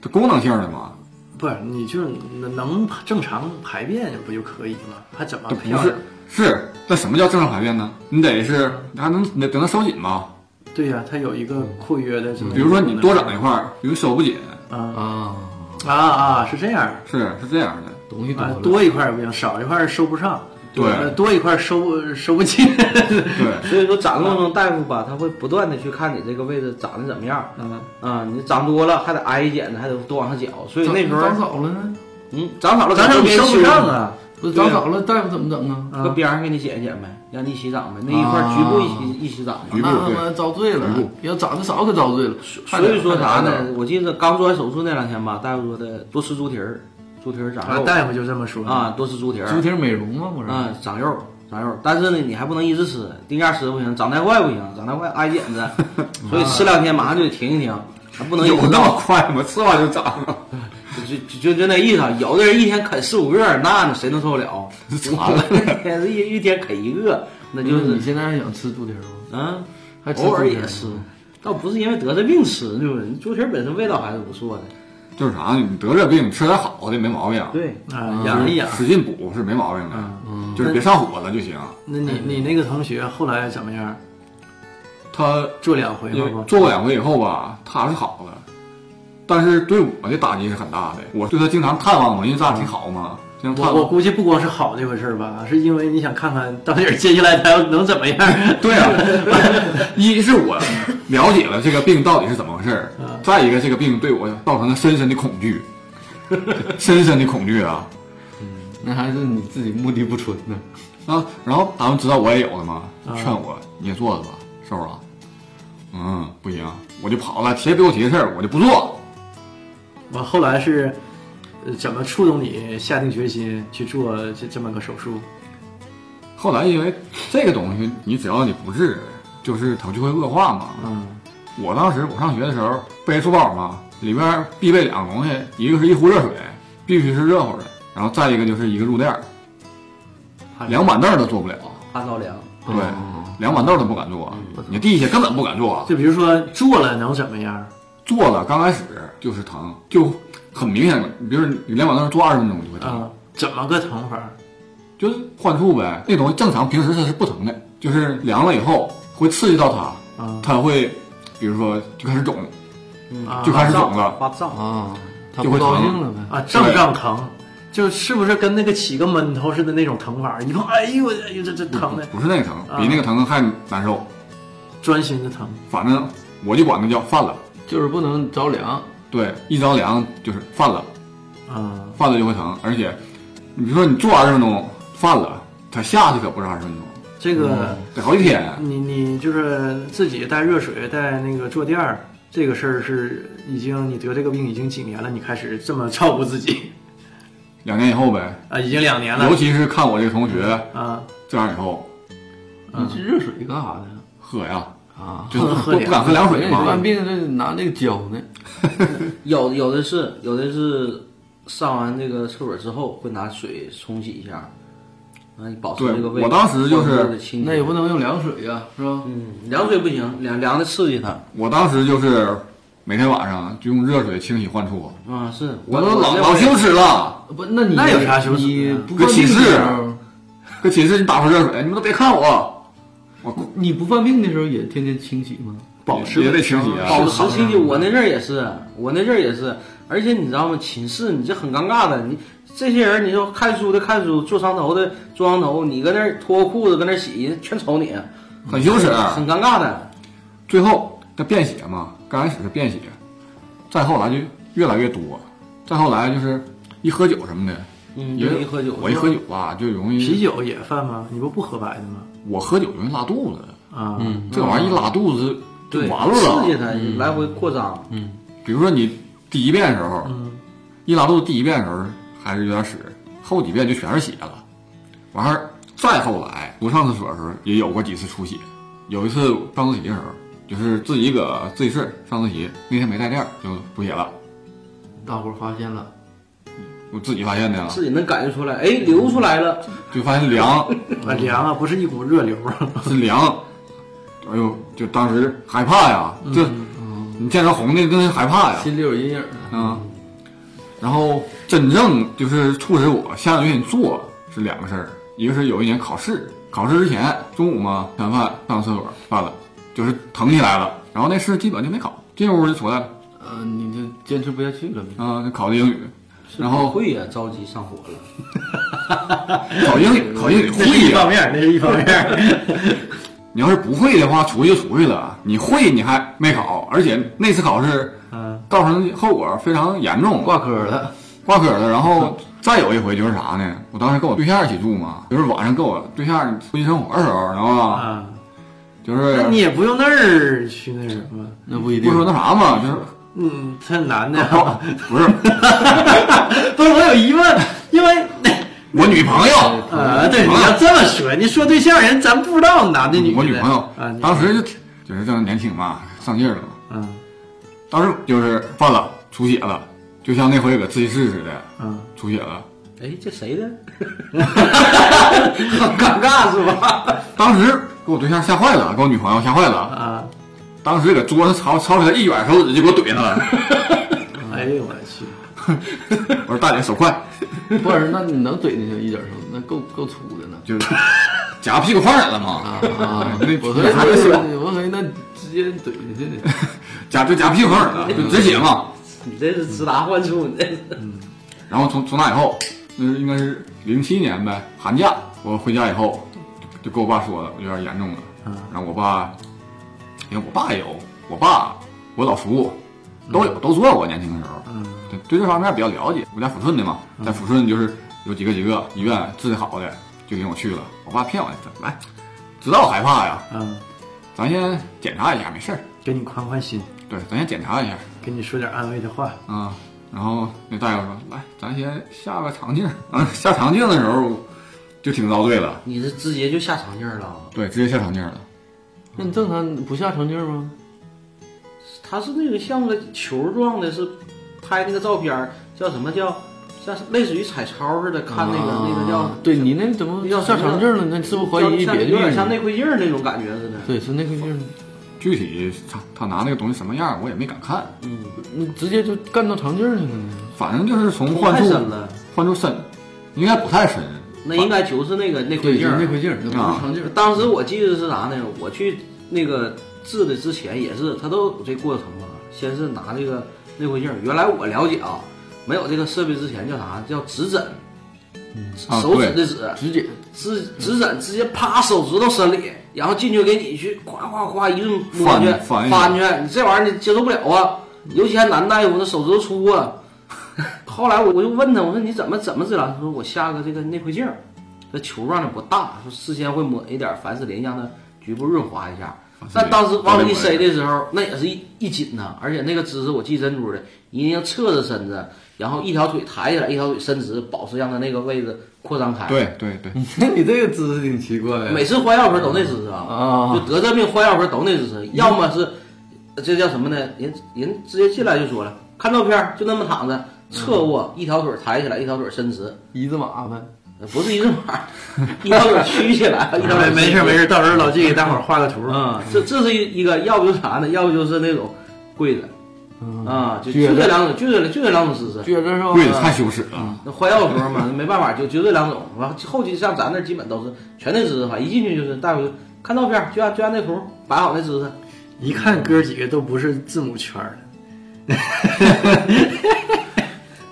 Speaker 4: 这功能性的嘛，
Speaker 2: 不是，你就是能正常排便不就可以吗？还怎么
Speaker 3: 啊
Speaker 4: 这不
Speaker 2: 漂亮
Speaker 4: 是？是那什么叫正常排便呢？你得是你还能得得能收紧吧？
Speaker 2: 对呀、它有一个括约的什么？
Speaker 4: 比如说你多长一块儿，比如收不紧，
Speaker 2: 啊
Speaker 5: 啊，
Speaker 2: 啊啊，是这样儿。
Speaker 4: 是是这样的。
Speaker 5: 东哎西多
Speaker 2: 啊
Speaker 5: 了，，
Speaker 2: 多一块儿不行，少一块儿收不上。
Speaker 4: 对
Speaker 2: 呃多一块儿收不收不进。
Speaker 4: 对，
Speaker 3: 所以说长的过程中，大夫吧，他会不断的去看你这个位置长得怎么样。
Speaker 2: 嗯，
Speaker 3: 啊，你长多了还得挨一剪子，还得多往上绞，所以那时候
Speaker 5: 长早了呢，
Speaker 3: 嗯长少了，
Speaker 2: 咱
Speaker 3: 咱
Speaker 2: 这
Speaker 3: 别
Speaker 2: 收不
Speaker 3: 修
Speaker 2: 上，啊。
Speaker 5: 不是长早了，大夫怎么整啊？
Speaker 3: 搁边上给你剪一剪呗，让你一起长呗，那一块儿局部一起一起长嘛。
Speaker 4: 局部
Speaker 5: 那他
Speaker 4: 对
Speaker 5: 妈遭罪了
Speaker 4: 局部，
Speaker 5: 要长得少可遭罪了。
Speaker 3: 所以说啥
Speaker 5: 还得
Speaker 3: 呢？我记得刚做完手术那两天吧，大夫说的多吃猪蹄儿，猪蹄儿长
Speaker 2: 啊，
Speaker 3: 肉
Speaker 2: 大夫就这么说
Speaker 3: 啊，多吃猪蹄儿。
Speaker 5: 猪蹄儿美容吗？不是，
Speaker 3: 啊，长肉长肉，但是呢，你还不能一直吃，定价吃不行，长太快不行，长太快挨扁子，所以吃两天马上就得停一停，还不能
Speaker 4: 有
Speaker 3: 一直
Speaker 4: 那么
Speaker 3: 闹，
Speaker 4: 快吗？吃完就长了，
Speaker 3: 就就就就那意思。啊有的人一天啃四五个，那你谁能受得 了？
Speaker 4: 馋了
Speaker 3: 那天是 一一天啃一个，那就
Speaker 5: 就是
Speaker 3: 是
Speaker 5: 你现在还想吃猪蹄儿吗？
Speaker 3: 啊，
Speaker 5: 嗯还吃
Speaker 3: 偶尔
Speaker 5: 猪蹄儿
Speaker 3: 也吃，倒不是因为得这病吃，对不对？猪蹄儿本身味道还是不错的，
Speaker 4: 就是啥呢？你得这病吃点好的没毛病，
Speaker 3: 对，
Speaker 4: 嗯
Speaker 2: 啊，养一养。
Speaker 4: 使劲补是没毛病的，就是别上火了就行。
Speaker 2: 那你
Speaker 5: 嗯
Speaker 2: 你那个同学后来怎么样？
Speaker 4: 他
Speaker 2: 做两回
Speaker 4: 因
Speaker 2: 了
Speaker 4: 为
Speaker 2: 吗？
Speaker 4: 做过两回以后吧，他是好了，但是对我的打击是很大的。我对他经常探望嘛，因为咱俩挺好嘛，经常
Speaker 2: 我
Speaker 4: 探
Speaker 2: 我
Speaker 4: 望。
Speaker 2: 估计不光是好这回事儿吧，是因为你想看看到底儿接下来他要能怎么样。
Speaker 4: 对啊，一是我了解了这个病到底是怎么回事儿，再一个这个病对我造成了深深的恐惧，深深的恐惧啊
Speaker 5: 那还是你自己目的不纯呢。
Speaker 4: 啊！然后咱们知道我也有的嘛，
Speaker 2: 啊
Speaker 4: 劝我你也做做吧，是不是啊？嗯，不行，我就跑了，谁也别给我提这事儿，我就不做。
Speaker 2: 我后来是呃怎么触动你下定决心去做这这么个手术？
Speaker 4: 后来因为这个东西，你只要你不治，就是它就会恶化嘛。
Speaker 2: 嗯
Speaker 4: 我当时我上学的时候背书包嘛，里边必备两个东西，一个是一壶热水，必须是热乎的，然后再一个就是一个褥垫儿，两板凳儿都坐不了。
Speaker 2: 哦
Speaker 3: 怕着凉。
Speaker 4: 对，两板凳儿都不敢坐，
Speaker 2: 嗯
Speaker 4: 你地下根本不敢坐，
Speaker 2: 就比如说做了能怎么样？
Speaker 4: 坐了刚开始就是疼，就很明显。你比如你两板凳儿坐二十分钟就会疼，
Speaker 2: 啊，怎么个疼法？
Speaker 4: 就是患处呗。那东西正常平时它是不疼的，就是凉了以后会刺激到它，
Speaker 2: 啊
Speaker 4: 它会，比如说就开始肿，
Speaker 2: 啊
Speaker 4: 嗯就开始肿了。
Speaker 3: 发胀，
Speaker 5: 啊，他
Speaker 4: 就
Speaker 5: 不
Speaker 4: 会
Speaker 5: 高
Speaker 4: 疼
Speaker 5: 兴了呗。
Speaker 2: 啊，胀胀疼，就是不是跟那个起个闷头似的那种疼法？一碰，哎呦，哎呦，这这疼的，
Speaker 4: 不是那个
Speaker 2: 啊
Speaker 4: 疼，比那个疼还难受。
Speaker 2: 钻心的疼。
Speaker 4: 反正我就管那叫犯了。
Speaker 5: 就是不能着凉，
Speaker 4: 对，一着凉就是犯了，
Speaker 2: 啊
Speaker 4: 犯了就会疼。而且，你比如说你坐二十分钟犯了，它下去可不是二十分钟，，
Speaker 2: 这个
Speaker 4: 得好几天。
Speaker 2: 你你就是自己带热水带那个坐垫儿，这个事儿是已经你得这个病已经几年了，你开始这么照顾自己
Speaker 4: 两年以后呗，
Speaker 2: 啊，已经两年了
Speaker 4: 尤其是看我这个同学
Speaker 2: 啊，
Speaker 4: 这样以后，
Speaker 5: 你这热水干啥的呀？
Speaker 4: 喝呀，
Speaker 5: 啊，
Speaker 4: 就是
Speaker 2: 喝
Speaker 4: 不
Speaker 2: 凉
Speaker 4: 不敢喝凉水嘛
Speaker 5: 犯。病这拿那个胶呢，
Speaker 3: 有有的是有的是上完这个厕所之后会拿水冲洗一下，啊，你保持
Speaker 4: 对
Speaker 3: 这个味。
Speaker 4: 我当时就是
Speaker 3: 慢慢地清洁
Speaker 5: 那也不能用凉水呀，是吧？
Speaker 3: 嗯，凉水不行，凉凉的刺激它。
Speaker 4: 我当时就是每天晚上就用热水清洗患处，
Speaker 3: 啊，是
Speaker 4: 我都老老羞耻了。
Speaker 5: 不，那你
Speaker 2: 那有啥羞耻的
Speaker 5: 你不
Speaker 4: 搁
Speaker 5: 犯
Speaker 4: 寝
Speaker 5: 病的
Speaker 4: 室
Speaker 5: 时候，
Speaker 4: 搁寝室你打泡热水，你们都别看我，我
Speaker 5: 你不犯病的时候也天天清洗吗？
Speaker 2: 保持
Speaker 4: 也得
Speaker 2: 卫生
Speaker 4: 清洗啊
Speaker 3: 保持清洁。我那阵儿也是，我那阵儿也是，而且你知道吗？寝室你这很尴尬的，你这些人，你说看书的看书，做床头的做床头，你搁那儿脱裤子搁那儿洗，全瞅你，
Speaker 4: 很羞耻。啊
Speaker 3: 很尴尬的。
Speaker 4: 最后那便血嘛，刚开始是便血，再后来就越来越多，再后来就是一喝酒什么的，
Speaker 3: 嗯，
Speaker 4: 因
Speaker 3: 就
Speaker 4: 为
Speaker 3: 一喝酒，
Speaker 4: 我一喝酒吧就容
Speaker 2: 啤
Speaker 4: 易，
Speaker 2: 酒也犯吗？你不不喝白的吗？
Speaker 4: 我喝酒容易拉肚子，
Speaker 2: 啊，
Speaker 4: 这玩意儿一拉肚子就
Speaker 3: 对
Speaker 4: 完
Speaker 3: 刺激
Speaker 4: 了。啊嗯
Speaker 3: 它来回扩张，
Speaker 4: 比如说你第一遍的时候，
Speaker 2: 嗯
Speaker 4: 一拉肚子第一遍的时候还是有点屎，后几遍就全是血了。完事儿再后来，不上厕所的时候也有过几次出血。有一次上自习的时候，就是自己搁自习室上自习，那天没带垫儿就出血了，
Speaker 5: 大伙儿发现了，
Speaker 4: 我自己发现的呀，
Speaker 3: 自己能感觉出来，哎，流出来了，
Speaker 4: 就发现凉
Speaker 2: 啊凉啊，不是一股热流啊。
Speaker 4: 是凉，哎呦，就当时害怕呀，这、你见着红的真是害怕呀，
Speaker 5: 心里有阴影 了。
Speaker 4: 啊，然后真正就是促使我下定决心做是两个事儿，一个是有一年考试，考试之前中午嘛，吃完饭上厕所犯了，就是疼起来了，然后那试基本就没考，进屋就出来了，
Speaker 5: 呃，你就坚持不下去了呗。
Speaker 4: 啊、就考的英语，然后
Speaker 3: 会呀，着急上火了。
Speaker 4: 考英语，考英语
Speaker 2: 那是
Speaker 4: 会
Speaker 2: 一方
Speaker 4: 呀，
Speaker 2: 面，那是一方面。
Speaker 4: 你要是不会的话，出去就出去了，你会你还没考，而且那次考试
Speaker 2: 嗯
Speaker 4: 造成的后果非常严重，
Speaker 5: 挂科了，
Speaker 4: 挂科了，然后再有一回就是啥呢？我当时跟我对象一起住嘛，就是晚上跟我对象婚姻生活的时候，然后啊
Speaker 2: 啊，
Speaker 4: 就
Speaker 2: 那你
Speaker 4: 是
Speaker 2: 也不用那儿去那什么
Speaker 5: 那不一
Speaker 4: 不
Speaker 5: 定。
Speaker 4: 说那啥嘛，就是
Speaker 2: 嗯，他男的啊，
Speaker 4: 不是
Speaker 2: 不是我有疑问，因 为
Speaker 4: 我女朋友，
Speaker 2: 呃，对，你要这么说，你说对象人咱不知道男的女的，
Speaker 4: 我女朋
Speaker 2: 啊，
Speaker 4: 友，
Speaker 2: 你
Speaker 4: 当时就就是正年轻嘛，上劲儿了嘛，
Speaker 2: 嗯
Speaker 4: 当时就是犯了出血了，就像那回搁自习室似的，
Speaker 2: 嗯，
Speaker 4: 出血了。
Speaker 3: 哎，这谁 的？很尴尬是吧？
Speaker 4: 当时给我对象吓坏了，给我女朋友吓坏了，
Speaker 2: 啊，
Speaker 4: 当时搁桌子抄抄起来一软手指就给我怼 上了。
Speaker 2: 哎呦我去，
Speaker 4: 我说大姐手快，
Speaker 5: 不是，那你能怼进去一点儿手，那够够粗的呢。
Speaker 4: 就是夹屁股缝儿了 嘛，
Speaker 5: 啊，
Speaker 4: 那
Speaker 5: 我合
Speaker 4: 那
Speaker 5: 计
Speaker 4: 还是小，
Speaker 5: 我合计那直接怼进去呢。
Speaker 4: 夹就夹屁股缝儿了，就止血嘛。
Speaker 3: 你这是直达换出，你这是。
Speaker 4: 然后从从那以后，那是应该是零七年呗，寒假我回家以后，就就跟我爸说了，我有点严重了。然后我爸，因为我爸有，我爸我老叔都有都做过，年轻的时候，对对这方面比较了解。我家抚顺的嘛，在抚顺就是有几个几个医院治得好的，就领我去了。我爸骗我怎么来？知道我害怕呀，
Speaker 2: 嗯，
Speaker 4: 咱先检查一下，没事儿。
Speaker 2: 给你宽宽心，
Speaker 4: 对，咱先检查一下
Speaker 2: 给你说点安慰的话，
Speaker 4: 啊。然后那大夫说：“来，咱先下个肠镜。”啊， 下肠镜的时候就挺遭罪了，
Speaker 3: 你是直接就下长镜了？
Speaker 4: 对，直接下肠镜了。
Speaker 5: 那你正常不下成劲儿吗？
Speaker 3: 它是那个像个球状的，是拍那个照片儿叫什么叫像是类似于彩超似的，看那个、那个叫
Speaker 5: 啊对你那怎么要下肠镜儿了？那是不是怀疑
Speaker 3: 像
Speaker 5: 别的
Speaker 3: 有点
Speaker 5: 病
Speaker 3: 像
Speaker 5: 呢？
Speaker 3: 内窥镜儿那种感觉似的。
Speaker 5: 对，是那个病，
Speaker 4: 具体他他拿那个东西什么样，我也没敢看，
Speaker 3: 嗯，
Speaker 5: 你直接就干到肠镜儿去了呢。
Speaker 4: 反正就是从患
Speaker 3: 太
Speaker 4: 处
Speaker 3: 深了，
Speaker 4: 患处深，应该不太深。
Speaker 3: 那应该就是那个内窥
Speaker 5: 对，
Speaker 3: 镜
Speaker 5: 就
Speaker 3: 儿
Speaker 5: 是内窥镜儿，啊那不是肠镜儿。
Speaker 3: 当时我记得是啥呢？我去那个治的之前也是，他都有这过程嘛。先是拿这个内窥镜儿，原来我了解啊，没有这个设备之前叫啥？叫指诊，
Speaker 4: 啊
Speaker 3: 手指的指，
Speaker 5: 指检，
Speaker 3: 指指诊直接啪手指头伸里，然后进去给你去夸夸夸一顿摸
Speaker 4: 翻
Speaker 3: 去
Speaker 4: 翻一下
Speaker 3: 翻去，你这玩意儿你接受不了啊！尤其还男大夫，那手指头粗啊。后来我我就问他，我说你怎么怎么治疗？他说我下个这个内窥镜儿，这球状的不大，说事先会抹一点凡士林让它局部润滑一下。但当时往里一塞的时候，那也是一一紧呐，而且那个姿势我记珍珠的，一定要侧着身子，然后一条腿抬起来，一条腿伸直，保持让它那个位置扩张开。
Speaker 4: 对对对，
Speaker 5: 那你这个姿势挺奇怪啊呀
Speaker 3: 每。次换药盆都那姿势啊，
Speaker 5: 啊
Speaker 3: 就得这病换药盆都那姿势，要么是呃这叫什么呢？人人直接进来就说了，看照片儿就那么躺着，侧卧，一条腿抬起来，一条腿伸直，
Speaker 5: 一字马呗，
Speaker 3: 呃不是一字马，一条腿曲起来，一条腿
Speaker 2: 没没事没
Speaker 3: 事。
Speaker 2: 事，到时候老季给大伙儿画个图，
Speaker 3: 啊，这这是一个，要不就是啥呢？要不就是那种跪着，
Speaker 2: 嗯
Speaker 3: 啊，就
Speaker 5: 撅
Speaker 3: 就
Speaker 5: 着
Speaker 3: 这两种，就这就这两种姿势。
Speaker 5: 撅着是吧？
Speaker 4: 跪着太羞耻了。
Speaker 3: 那换药的时候嘛，没办法，就就这两种。完后期像咱那儿基本都是全那姿势，反正一进去就是大夫就看照片儿，就按就按那图摆好那姿势。
Speaker 2: 一看哥几个都不是字母圈儿的，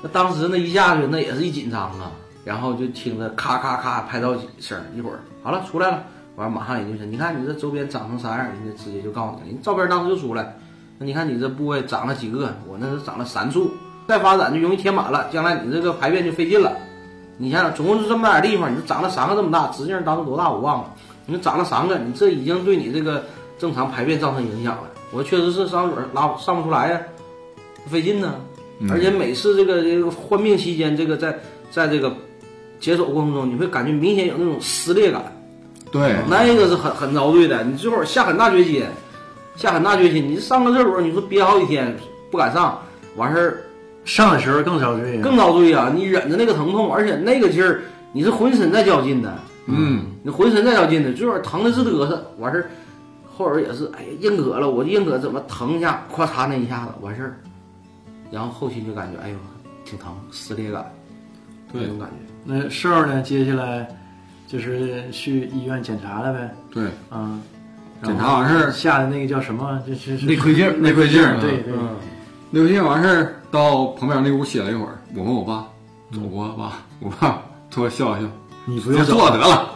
Speaker 3: 那当时那一下去，那也是一紧张啊，然后就听着咔咔咔拍照声儿，一会儿好了出来了，完马上人就说，你看你这周边长成啥样，人家直接就告诉你，人照片当时就出来，那你看你这部位长了几个，我那是长了三处，再发展就容易填满了，将来你这个排便就费劲了。你想想，总共就这么大点地方，你就长了三个这么大，直径当时多大我忘了，你就长了三个，你这已经对你这个正常排便造成影响了。我确实是上水拉上不出来呀、费劲呢。
Speaker 4: 嗯
Speaker 3: 而且每次这个这个患病期间，这个在在这个解手过程中，你会感觉明显有那种撕裂感，
Speaker 4: 对，
Speaker 3: 那个是很很遭罪的。你最后下很大决心，下很大决心，你上个厕所，你说憋好几天不敢上，完事儿
Speaker 2: 上的时候更遭罪啊，
Speaker 3: 更遭罪啊！你忍着那个疼痛，而且那个劲儿，你是浑身在较劲的，
Speaker 4: 嗯，
Speaker 3: 你浑身在较劲的，最后疼的直嘚瑟，完事儿后边也是，哎呀，硬搁了，我就硬搁，怎么疼一下，咔嚓那一下子完事儿，然后后期就感觉，哎呦，挺疼，撕裂感，
Speaker 4: 对
Speaker 3: 那种感觉。
Speaker 2: 那瘦儿呢，接下来就是去医院检查了呗，
Speaker 4: 对，
Speaker 2: 啊，
Speaker 4: 检查完事儿
Speaker 2: 下的那个叫什么？就是
Speaker 4: 内窥镜儿 内窥镜儿
Speaker 2: 对
Speaker 4: 嗯
Speaker 2: 对，
Speaker 4: 那天完事儿，到旁边那屋歇了一会儿。我问我爸：“走吧，爸。”我爸突然笑了笑：“
Speaker 2: 你不
Speaker 4: 直接
Speaker 2: 用走
Speaker 4: 坐着得
Speaker 2: 了，
Speaker 4: 了，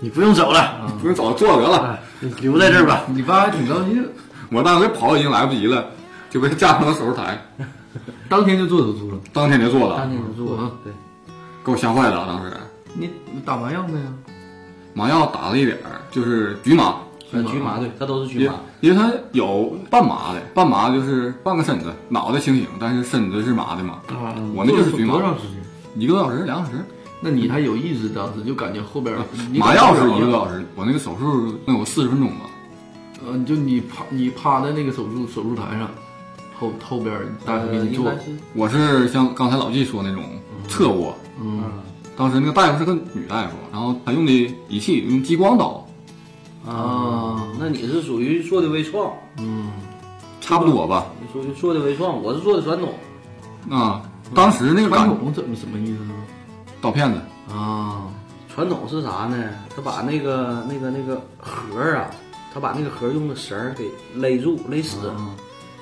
Speaker 2: 你不用走了，
Speaker 4: 不用走，坐着得了。
Speaker 2: 啊，你留在这儿吧。
Speaker 5: 你爸还挺高兴，
Speaker 4: 我当时跑已经来不及了，就被架上了手术台，
Speaker 5: 当天就做手术了。
Speaker 4: 当天就做了
Speaker 3: 当，天就做
Speaker 5: 嗯，
Speaker 3: 对，
Speaker 4: 给我吓坏了。当时
Speaker 5: 你打麻药没有？
Speaker 4: 麻药打了一点儿，就是局麻，
Speaker 3: 呃，局麻对，它都是局
Speaker 4: 因
Speaker 3: 麻。
Speaker 4: 因为它有半麻的，半麻就是半个身子，脑袋清醒，但是身子是麻的嘛。
Speaker 5: 啊，
Speaker 4: 我那就是局麻
Speaker 5: 多长时间？
Speaker 4: 一个多小时，两个小时，
Speaker 5: 那你还有意识，当时就感觉后边儿你
Speaker 4: 麻
Speaker 5: 感觉
Speaker 4: 药
Speaker 5: 不
Speaker 4: 是
Speaker 5: 了
Speaker 4: 一个
Speaker 5: 了
Speaker 4: 多小时，我那个手术能有四十分钟吧。
Speaker 5: 呃，就你趴你趴在那个手术手术台上，后后边儿大夫给
Speaker 3: 呃，
Speaker 5: 你
Speaker 3: 应
Speaker 5: 做
Speaker 3: 该，是
Speaker 4: 我是像刚才老纪说那种侧卧，
Speaker 5: 嗯，
Speaker 4: 当时那个大夫是个女大夫，然后她用的仪器用激光刀，
Speaker 5: 啊，
Speaker 3: 那你是属于做的微创，
Speaker 4: 差不多吧。
Speaker 3: 你属于做的微创，我是做的传统。
Speaker 4: 啊，当时那个
Speaker 5: 传
Speaker 4: 感
Speaker 5: 统怎么什么意思呢？
Speaker 4: 刀片子，
Speaker 5: 啊，
Speaker 3: 传统是啥呢？他把那个那个那个盒儿啊，他把那个盒儿用个绳儿给勒住，勒死，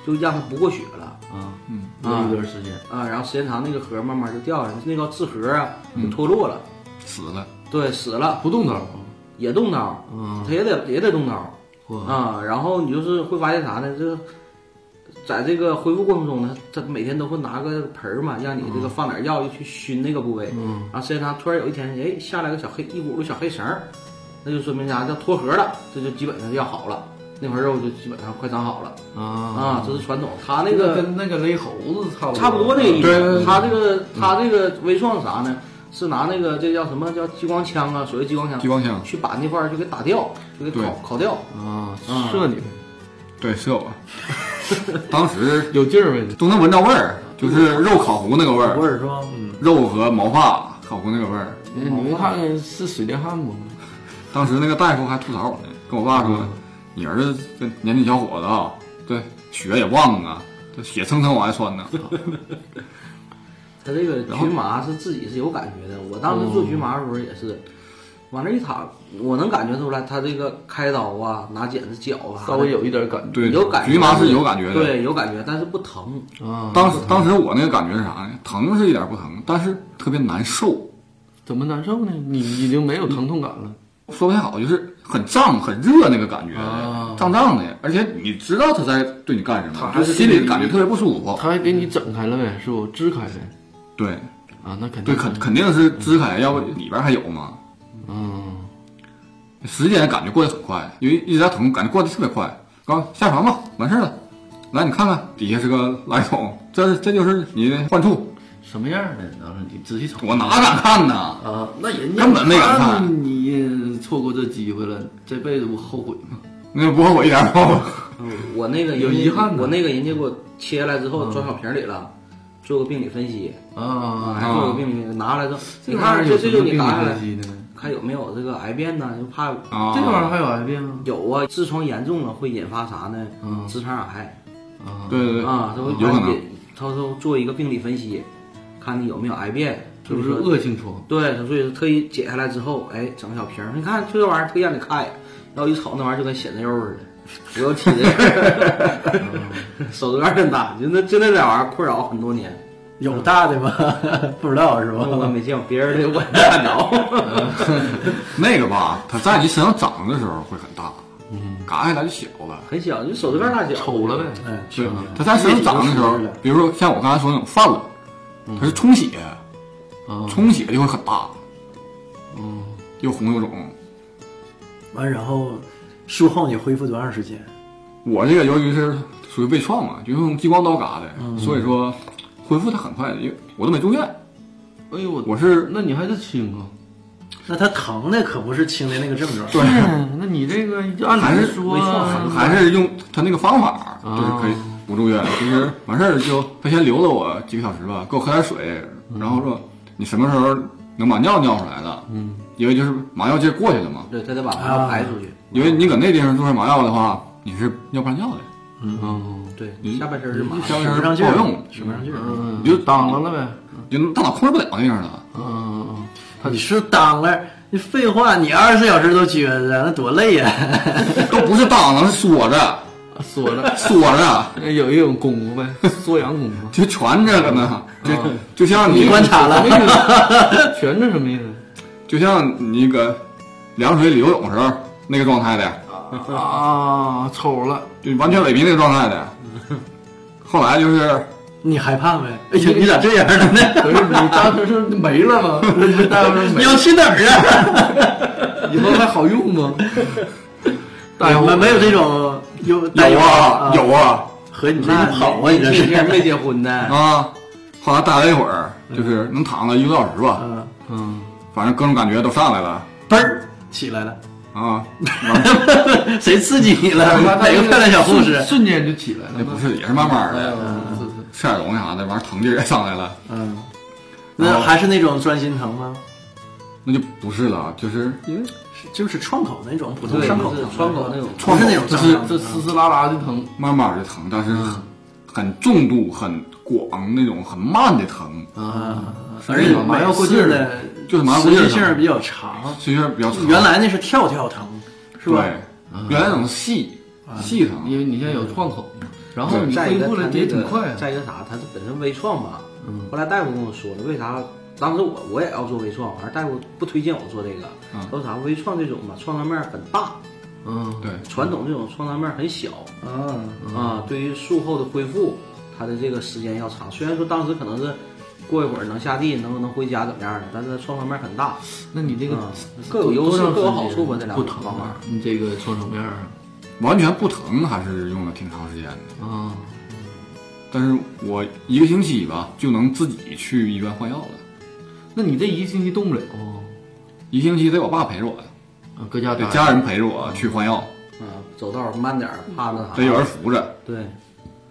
Speaker 3: 就让它不过血了
Speaker 5: 啊，
Speaker 4: 嗯，
Speaker 5: 那一段时间，
Speaker 3: 啊。然后时间长，那个盒儿慢慢就掉下来，那个字盒儿啊就脱落了，
Speaker 4: 死了。
Speaker 3: 对，死了
Speaker 5: 不动刀啊，
Speaker 3: 也动刀，
Speaker 5: 嗯
Speaker 3: 他也得也得动刀
Speaker 5: 嚯，
Speaker 3: 啊。然后你就是会发现啥呢？这在这个恢复过程中呢，他每天都会拿个盆儿嘛，让你这个放点药去熏那个部位。
Speaker 5: 嗯，
Speaker 3: 然后时间长，突然有一天，哎，下来个小黑一轱辘小黑绳儿，那就说明啥？叫脱盒了，这就基本上要好了，那块肉就基本上快长好了
Speaker 5: 啊
Speaker 3: 啊。这是传统，他那
Speaker 5: 那个
Speaker 3: 个
Speaker 5: 跟那个勒猴子差不多，
Speaker 3: 差不多那个意
Speaker 4: 对对
Speaker 3: 思。
Speaker 4: 对
Speaker 3: 他这个他这个微创是啥呢？是拿那个这叫什么叫激光枪啊？所谓激光枪
Speaker 4: 激，光枪，
Speaker 3: 去把那块儿就给打掉，就给
Speaker 4: 对
Speaker 3: 烤烤掉。
Speaker 5: 啊，
Speaker 3: 啊
Speaker 5: 射你
Speaker 4: 对，是有啊。 当时
Speaker 5: 有劲儿呗，
Speaker 4: 都能闻着味儿，就是肉烤糊那个味
Speaker 2: 有味
Speaker 4: 儿，
Speaker 2: 儿是吧？嗯，
Speaker 4: 肉和毛发烤糊那个味儿。
Speaker 5: 你没看是水电焊不？
Speaker 4: 当时那个大夫还吐槽我呢，跟我爸说：“
Speaker 3: 嗯
Speaker 4: 你儿子这年轻小伙子啊，这血也旺啊，这血蹭蹭往外窜 呢。
Speaker 3: 他这个局麻是自己是有感觉的。我当时做局麻的时候也是，往那一躺，我能感觉出来他这个开刀啊，拿剪子绞啊，
Speaker 5: 稍微有一点感”
Speaker 4: 对，
Speaker 3: 有感觉，
Speaker 4: 局麻是有感觉的。
Speaker 3: 对，有感觉，但是不疼。
Speaker 5: 觉啊，
Speaker 4: 当时当时我那个感觉是啥呢？疼是一点不疼，但是特别难受，
Speaker 5: 怎么难受呢？你已经没有疼痛感了。
Speaker 4: 说不太好，就是很胀、很热那个感觉，
Speaker 5: 啊
Speaker 4: 胀胀的，而且你知道他在对你干什
Speaker 5: 他
Speaker 4: 么，
Speaker 5: 还
Speaker 4: 就是心
Speaker 5: 对
Speaker 4: 里
Speaker 5: 你
Speaker 4: 感觉特别不舒服。
Speaker 5: 他还给你整开了呗，是不？支开呗，
Speaker 4: 对
Speaker 5: 啊，那肯定
Speaker 4: 对，肯肯定是支开，要不里边还有嘛。
Speaker 5: 嗯，
Speaker 4: 时间感觉过得很快，因为一直在疼，感觉过得特别快。刚下床吧，完事儿了。来，你看看底下是个垃圾桶，这这就是你的患处，
Speaker 5: 什么样的？当时你仔细瞅，
Speaker 4: 我哪敢看呐？
Speaker 5: 啊，那人
Speaker 4: 根本没敢看
Speaker 5: 你错过这机会了，这辈子不后悔吗？
Speaker 4: 那不后悔一点吗？
Speaker 3: 我那个人
Speaker 5: 有遗憾呢
Speaker 3: 我那个人家给我切下来之后装小瓶里了，做个病理分析，
Speaker 5: 啊，
Speaker 3: 还做个病理分析，拿来之后，
Speaker 5: 这
Speaker 3: 你
Speaker 5: 玩意
Speaker 3: 看
Speaker 5: 儿
Speaker 3: 这
Speaker 5: 有
Speaker 3: 这
Speaker 5: 什
Speaker 3: 就
Speaker 5: 么
Speaker 3: 你
Speaker 5: 病
Speaker 3: 拿下
Speaker 5: 理
Speaker 3: 来
Speaker 5: 分，析呢？
Speaker 3: 看有没有这个癌变呢？就怕
Speaker 4: 啊，
Speaker 5: 这玩意儿还有癌变啊？
Speaker 3: 有啊，痔疮严重了会引发啥呢？
Speaker 5: 嗯
Speaker 3: 直肠癌
Speaker 5: 啊，
Speaker 4: 对对对
Speaker 3: 啊，他会
Speaker 4: 有可
Speaker 3: 把
Speaker 4: 能
Speaker 3: 你，他说做一个病理分析，看你有没有癌变，
Speaker 5: 是
Speaker 3: 就
Speaker 5: 不
Speaker 3: 是
Speaker 5: 是
Speaker 3: 说
Speaker 5: 恶性疮？
Speaker 3: 对，所以说特意解下来之后，哎，整个小瓶儿，你看就这玩意儿特意让你看一眼，然后一瞅那玩意儿就跟显子肉似的，不用提这， 手指有点大，就那就那俩玩意儿困扰我很多年，
Speaker 2: 有大的吗？ 不知道是吧？
Speaker 3: 我没见过别人的我也没看着，
Speaker 4: 那个吧，它在你身上长的时候会很大，嗯，嘎下来就小了。
Speaker 3: 很小，就手指盖大小，
Speaker 5: 抽了呗，
Speaker 2: 嗯，
Speaker 4: 对，它在身上啊长的时候
Speaker 2: 液体都出来
Speaker 4: 嗯
Speaker 2: 了，
Speaker 4: 比如说像我刚才说那种泛了，它是充血，
Speaker 5: 啊，
Speaker 4: 充血就会很大，
Speaker 5: 嗯，
Speaker 4: 又红又肿。
Speaker 2: 完然后术后你恢复多长时间？
Speaker 4: 我这个由于是属于微创嘛，就用激光刀嘎的，所以说恢复它很快，因为我都没住院。
Speaker 5: 哎呦我，
Speaker 4: 我是
Speaker 5: 那你还是轻 啊？
Speaker 2: 那他疼的可不是轻的那个症状，
Speaker 4: 对，
Speaker 5: 嗯，那你这个按
Speaker 4: 还
Speaker 5: 理
Speaker 4: 是
Speaker 5: 说啊
Speaker 2: 啊
Speaker 4: 还是用他那个方法，就是可以不住院，就是完事儿就他先留了我几个小时吧，给我喝点水，
Speaker 2: 嗯
Speaker 4: 然后说你什么时候能把尿尿出来了？嗯，因为就是麻药劲儿过去了嘛，
Speaker 3: 对，他得把
Speaker 2: 啊
Speaker 3: 它排出去，
Speaker 4: 因为你搁那地方注射麻药的话，你是尿不上尿的，
Speaker 5: 嗯
Speaker 3: 对，
Speaker 4: 你
Speaker 3: 下半身是麻
Speaker 4: 下半
Speaker 2: 使不上
Speaker 4: 身
Speaker 2: 劲
Speaker 4: 不
Speaker 2: 儿
Speaker 4: 好用，
Speaker 2: 使不上劲儿。
Speaker 5: 嗯，
Speaker 4: 你就
Speaker 5: 当了了呗，
Speaker 4: 就大脑控制不了那样的。
Speaker 5: 嗯嗯嗯。
Speaker 2: 你说当了，你废话，你二十四小时都撅着，那多累呀、
Speaker 4: 都不是当啷，是缩着，
Speaker 5: 缩 了，
Speaker 4: 缩着，
Speaker 5: 哎有一种功夫呗，缩阳功 夫。
Speaker 4: 就全这个呢，就 就像
Speaker 2: 嗯你
Speaker 4: 你
Speaker 2: 观察了，
Speaker 5: 全是什么意思？
Speaker 4: 就像你搁凉水里游泳时候那个状态的，
Speaker 5: 啊，抽了，
Speaker 4: 就完全萎靡那个状态的。后来就是
Speaker 2: 你害怕没？哎呀，你咋这样了呢？
Speaker 5: 不是你当时是没了吗？ 当时没
Speaker 2: 你要去哪儿啊？
Speaker 5: 以后还好用吗？ 大家
Speaker 2: 我
Speaker 5: 伙
Speaker 2: 们没有这种有
Speaker 4: 有啊有啊
Speaker 2: 和你这
Speaker 3: 那
Speaker 2: 一跑啊，你这
Speaker 3: 天
Speaker 2: 是
Speaker 3: 没结婚呢，
Speaker 4: 啊！后来待了一会儿，就是能躺个一个多小时吧，
Speaker 2: 嗯，
Speaker 5: 嗯，
Speaker 4: 反正各种感觉都上来了
Speaker 2: 嘣儿起来了，
Speaker 4: 啊。
Speaker 2: 谁刺激你了？哪个漂亮小护士？
Speaker 5: 哎瞬间就起来了
Speaker 4: 那，不是也是慢慢
Speaker 5: 哎呦
Speaker 4: 的，
Speaker 5: 是是
Speaker 4: 吃点东西啥的，完疼劲儿也上来了，
Speaker 2: 嗯，那还是那种钻心疼吗？
Speaker 4: 那就不是了，就是因为
Speaker 2: 就是创口那种普通
Speaker 3: 对，
Speaker 2: 伤口疼
Speaker 3: 就是
Speaker 2: 吗，
Speaker 3: 窗口那种，
Speaker 2: 不是那种
Speaker 4: 这
Speaker 2: 伤
Speaker 4: 是
Speaker 2: 口
Speaker 5: 这
Speaker 2: 疼
Speaker 5: 撕撕拉拉的疼，
Speaker 4: 慢慢的疼，但是很很重度、很广那种很慢的疼，
Speaker 5: 嗯
Speaker 2: 啊，
Speaker 4: 是
Speaker 2: 而且
Speaker 4: 那种
Speaker 2: 麻药过劲儿的，
Speaker 4: 就是麻药过
Speaker 2: 持
Speaker 4: 劲儿嗯
Speaker 2: 续
Speaker 4: 疼
Speaker 2: 性儿比较长。
Speaker 4: 其实比较长。
Speaker 2: 原来那是跳跳疼，是吧？
Speaker 4: 对，原来那种细细疼，
Speaker 5: 因为你现在有创口，然后
Speaker 4: 对
Speaker 5: 你
Speaker 3: 再一
Speaker 5: 啊
Speaker 3: 个，
Speaker 5: 恢复
Speaker 3: 他
Speaker 5: 了
Speaker 3: 那
Speaker 5: 也挺
Speaker 3: 个
Speaker 5: 快啊。嗯
Speaker 3: 再一个啥，他是本身微创吧。后来大夫跟我说了，为啥当时我我也要做微创，完了大夫不推荐我做这个
Speaker 5: 啊
Speaker 4: 嗯，
Speaker 3: 说啥微创这种吧，创伤面很大，
Speaker 5: 嗯，
Speaker 4: 对，
Speaker 3: 传统这种创伤面很小
Speaker 2: 啊，
Speaker 3: 啊，对于术后的恢复，它的这个时间要长。虽然说当时可能是过一会儿能下地，能能回家怎么样的，但是创伤面很大，
Speaker 5: 那你这个
Speaker 3: 嗯各有优势各有好处吧，这两
Speaker 5: 不
Speaker 3: 个
Speaker 5: 疼
Speaker 3: 方法
Speaker 5: 啊。，你这个创伤面儿啊
Speaker 4: 完全不疼，还是用了挺长时间的。
Speaker 5: 啊，
Speaker 4: 但是我一个星期吧就能自己去医院换药了，
Speaker 5: 那你这一个星期动不了，
Speaker 4: 一星期得我爸陪着我呀，
Speaker 5: 啊搁家
Speaker 4: 得
Speaker 5: 待
Speaker 4: 家人陪着我去换药，
Speaker 3: 嗯，走道慢点儿，怕那啥。
Speaker 4: 得有人扶着。
Speaker 3: 对，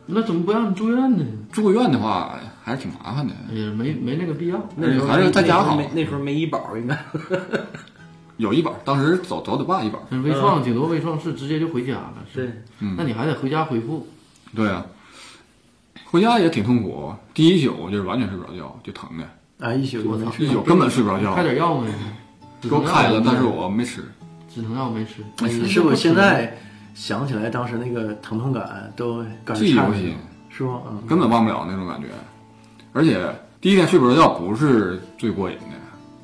Speaker 5: 那怎么不让你住院呢？
Speaker 4: 住院的话还是挺麻烦的，
Speaker 5: 也没没那个必要。
Speaker 3: 那时候
Speaker 4: 还是在家好嗯
Speaker 3: 没那时候没医保应该。
Speaker 4: 有医保，当时找找我爸医保。
Speaker 5: 那微创挺多，微创是直接就回家了，
Speaker 3: 嗯
Speaker 5: 是。
Speaker 3: 对，
Speaker 4: 嗯
Speaker 5: 那你还得回家恢复，
Speaker 4: 对啊，回家也挺痛苦，第一宿就是完全睡不着觉，就疼的，
Speaker 2: 啊，一宿就疼。
Speaker 4: 一宿根本睡不着
Speaker 3: 嗯
Speaker 5: 开
Speaker 4: 觉。
Speaker 5: 点药没？
Speaker 4: 给我开了，但是我没吃。
Speaker 5: 止疼药没吃。
Speaker 2: 哎是我现在想起来当时那个疼痛感都感
Speaker 4: 记忆
Speaker 2: 觉差
Speaker 4: 犹
Speaker 2: 不多
Speaker 4: 新，
Speaker 2: 是不？嗯
Speaker 4: 根本忘不了那种感觉。而且第一天睡不着觉不是最过瘾的，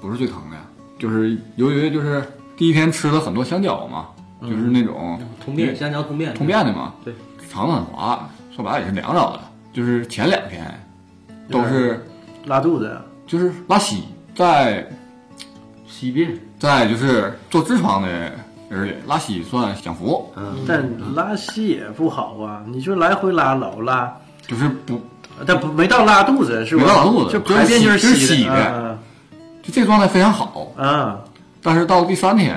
Speaker 4: 不是最疼的，就是由于就是第一天吃了很多香蕉嘛，就是那种
Speaker 3: 通便，香蕉通便，
Speaker 4: 通便的嘛，
Speaker 3: 对，
Speaker 4: 肠子很滑，说白了也是凉着的。就是前两天都是
Speaker 2: 拉肚子，
Speaker 4: 就是拉稀，在
Speaker 5: 稀便，
Speaker 4: 在就是做痔疮的人里拉稀算享福，
Speaker 2: 嗯但拉稀也不好啊，你就来回拉老拉，
Speaker 4: 就是不
Speaker 2: 但不没到拉肚子是吧？
Speaker 4: 没到拉肚子
Speaker 2: 就排便
Speaker 4: 就是
Speaker 2: 是
Speaker 4: 洗
Speaker 2: 稀
Speaker 4: 就是洗
Speaker 2: 啊
Speaker 4: 就这状态非常好。
Speaker 2: 啊，
Speaker 4: 但是到第三天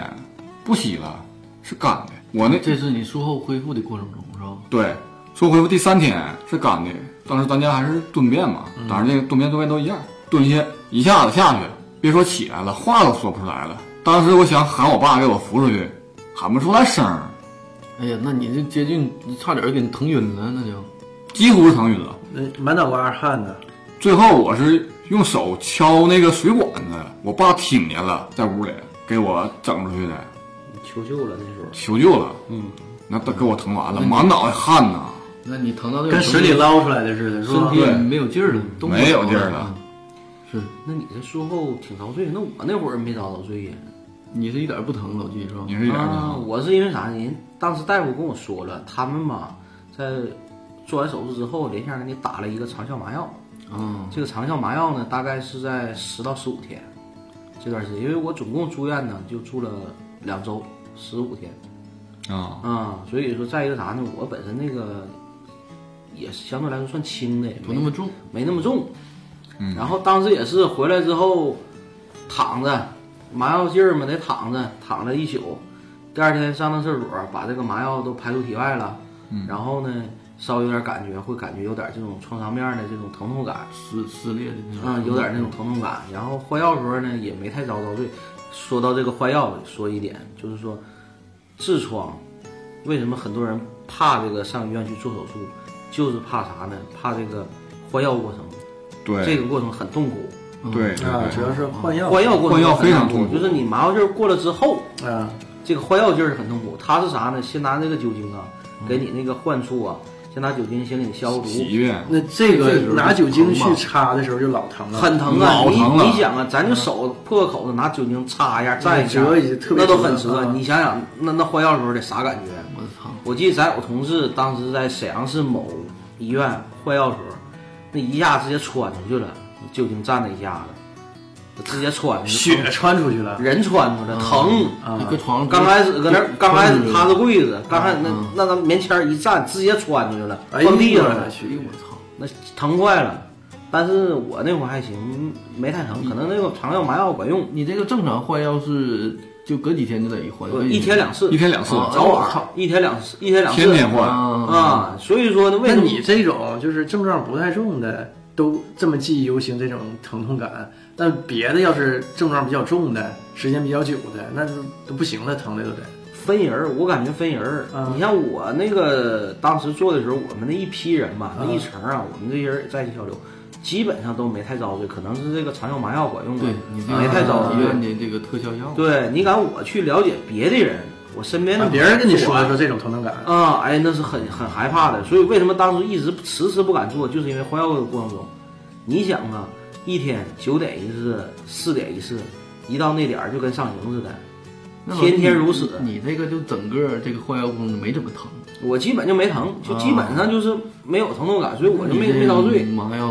Speaker 4: 不稀了，是干的。我那
Speaker 5: 这是你术后恢复的过程中是吧？
Speaker 4: 对，说恢复第三天是干的，当时咱家还是蹲便嘛，
Speaker 3: 嗯
Speaker 4: 当然这个蹲便蹲便都一样，蹲下一下子下去，别说起来了，话都说不出来了。当时我想喊我爸给我扶出去，喊不出来声儿，
Speaker 5: 哎呀，那你这接近差点儿给你疼晕了，那就
Speaker 4: 几乎是疼晕了。
Speaker 2: 那满脑瓜汗呢。
Speaker 4: 最后我是用手敲那个水管子，我爸听见了，在屋里给我整出去的，
Speaker 3: 求救了那时候。
Speaker 4: 求救了。嗯，那都给我疼完了，满脑袋汗呐、
Speaker 5: 那你疼到这个
Speaker 2: 跟
Speaker 5: 程
Speaker 2: 水里
Speaker 5: 度，
Speaker 2: 捞出来的似的，是
Speaker 5: 身
Speaker 2: 吧
Speaker 5: 体？也
Speaker 4: 对
Speaker 5: 没有劲儿了，动不
Speaker 4: 没有劲儿
Speaker 5: 了啊
Speaker 4: 了。。
Speaker 3: 那你这术后挺遭罪，那我那会儿没遭到罪呀。
Speaker 5: 你是一点儿不疼，老季是吧
Speaker 4: 你？是一点儿没
Speaker 3: 啊，
Speaker 4: 疼。
Speaker 3: 我是因为啥？人当时大夫跟我说了，他们吧，在做完手术之后，连线给你打了一个长效麻药。
Speaker 5: 啊，
Speaker 3: 这个长效麻药呢，大概是在十到十五天这段时间，因为我总共住院呢就住了两周，十五天
Speaker 4: 啊，
Speaker 3: 啊、所以说再一个啥呢，我本身那个也是相对来说算轻的，也
Speaker 5: 不
Speaker 3: 没
Speaker 5: 那么重，
Speaker 3: 没那么重。然后当时也是回来之后躺着，麻药劲儿嘛得躺着，躺了一宿。第二天上趟厕所，把这个麻药都排出体外了。然后呢，稍微有点感觉，会感觉有点这种创伤面的这种疼痛感，
Speaker 5: 撕撕裂的那种。
Speaker 3: 啊、有点那种疼痛感。然后换药的时候呢，也没太遭遭罪。说到这个换药，说一点就是说，痔疮为什么很多人怕这个上医院去做手术，就是怕啥呢？怕这个换药过程。
Speaker 4: 对，
Speaker 3: 这个嗯过程很痛苦，
Speaker 4: 对对
Speaker 2: 啊，
Speaker 4: 对
Speaker 2: 主要是换药
Speaker 3: 换药过程
Speaker 4: 换药
Speaker 3: 很
Speaker 4: 非常痛苦
Speaker 3: 就是你麻药劲儿过了之后，
Speaker 2: 啊，
Speaker 3: 这个换药劲儿很痛苦。它是啥呢？先拿那个酒精啊，给你那个患处啊，先拿酒精先给你消毒，
Speaker 4: 嗯洗一遍，
Speaker 2: 那这
Speaker 5: 这
Speaker 2: 个
Speaker 5: 就是
Speaker 2: 拿酒精去
Speaker 5: 疼嘛
Speaker 2: 擦的时候就老疼了，
Speaker 3: 很疼啊！
Speaker 4: 老
Speaker 3: 你
Speaker 4: 嗯疼嗯了
Speaker 3: 你想啊，咱就手破个口子，拿酒精擦一下，蘸一下
Speaker 2: 折一下特，别
Speaker 3: 那都很
Speaker 2: 疼
Speaker 3: 折
Speaker 4: 嗯
Speaker 2: 啊。
Speaker 3: 你想想，那那换药的时候得啥感觉？
Speaker 5: 我操！
Speaker 3: 我记得咱有同事当时在沈阳市某医院换药的时候，那一下直接窜出去了，酒精蘸了一下子，直接穿的，
Speaker 2: 血穿出去了，
Speaker 3: 人穿出来疼。啊
Speaker 5: 你啊搁嗯床上
Speaker 3: 刚开始搁那儿，刚开始他是
Speaker 5: 是
Speaker 3: 柜子，刚开始那
Speaker 5: 嗯
Speaker 3: 那那棉签儿一站，直接穿出去了，
Speaker 2: 哎呦
Speaker 3: 放地上
Speaker 2: 我
Speaker 3: 了，
Speaker 2: 去，
Speaker 5: 我操，
Speaker 3: 那疼坏了。但是我那会儿还行，没太疼，可能那个常药麻药管用，
Speaker 5: 你这个正常换药是就隔几天就得换，
Speaker 3: 一天两次
Speaker 4: 一，天两哎次，
Speaker 5: 啊
Speaker 3: 早晚
Speaker 5: 靠
Speaker 3: 一天两次，一天两次，
Speaker 4: 天天换。
Speaker 5: 啊，
Speaker 3: 啊。所以说呢， 为
Speaker 2: 那
Speaker 3: 什么
Speaker 2: 你这种就是症状不太重的，都这么记忆犹新这种疼痛感，但别的要是症状比较重的，时间比较久的，那就都不行了，疼的都得。
Speaker 3: 分人儿，我感觉分人儿。
Speaker 2: 嗯
Speaker 3: 你像我那个当时做的时候，我们那一批人吧，
Speaker 2: 嗯
Speaker 3: 那一层啊，我们这些人在一起交流，基本上都没太遭罪，可能是这个常用麻药管用吧
Speaker 5: 对你，这个
Speaker 3: 没太遭
Speaker 5: 医
Speaker 3: 罪。
Speaker 2: 嗯
Speaker 5: 院的这个特效药，
Speaker 3: 对你敢我去了解别的人，我身边的
Speaker 2: 那啊别人跟你说说这种疼痛感，
Speaker 3: 啊，哎，那是很很害怕的。所以为什么当时一直迟迟不敢做，就是因为换药的过程中，你想啊，一天九点一次，四点一次，一到那点儿就跟上刑似的，
Speaker 5: 那老
Speaker 3: 天天如此
Speaker 5: 你你这个就整个这个换药过程中没怎么疼，
Speaker 3: 我基本就没疼，就基本
Speaker 2: 啊
Speaker 3: 上就是没有疼痛感，所以我就没
Speaker 5: 你这
Speaker 3: 没遭
Speaker 2: 嗯
Speaker 3: 罪。
Speaker 5: 麻药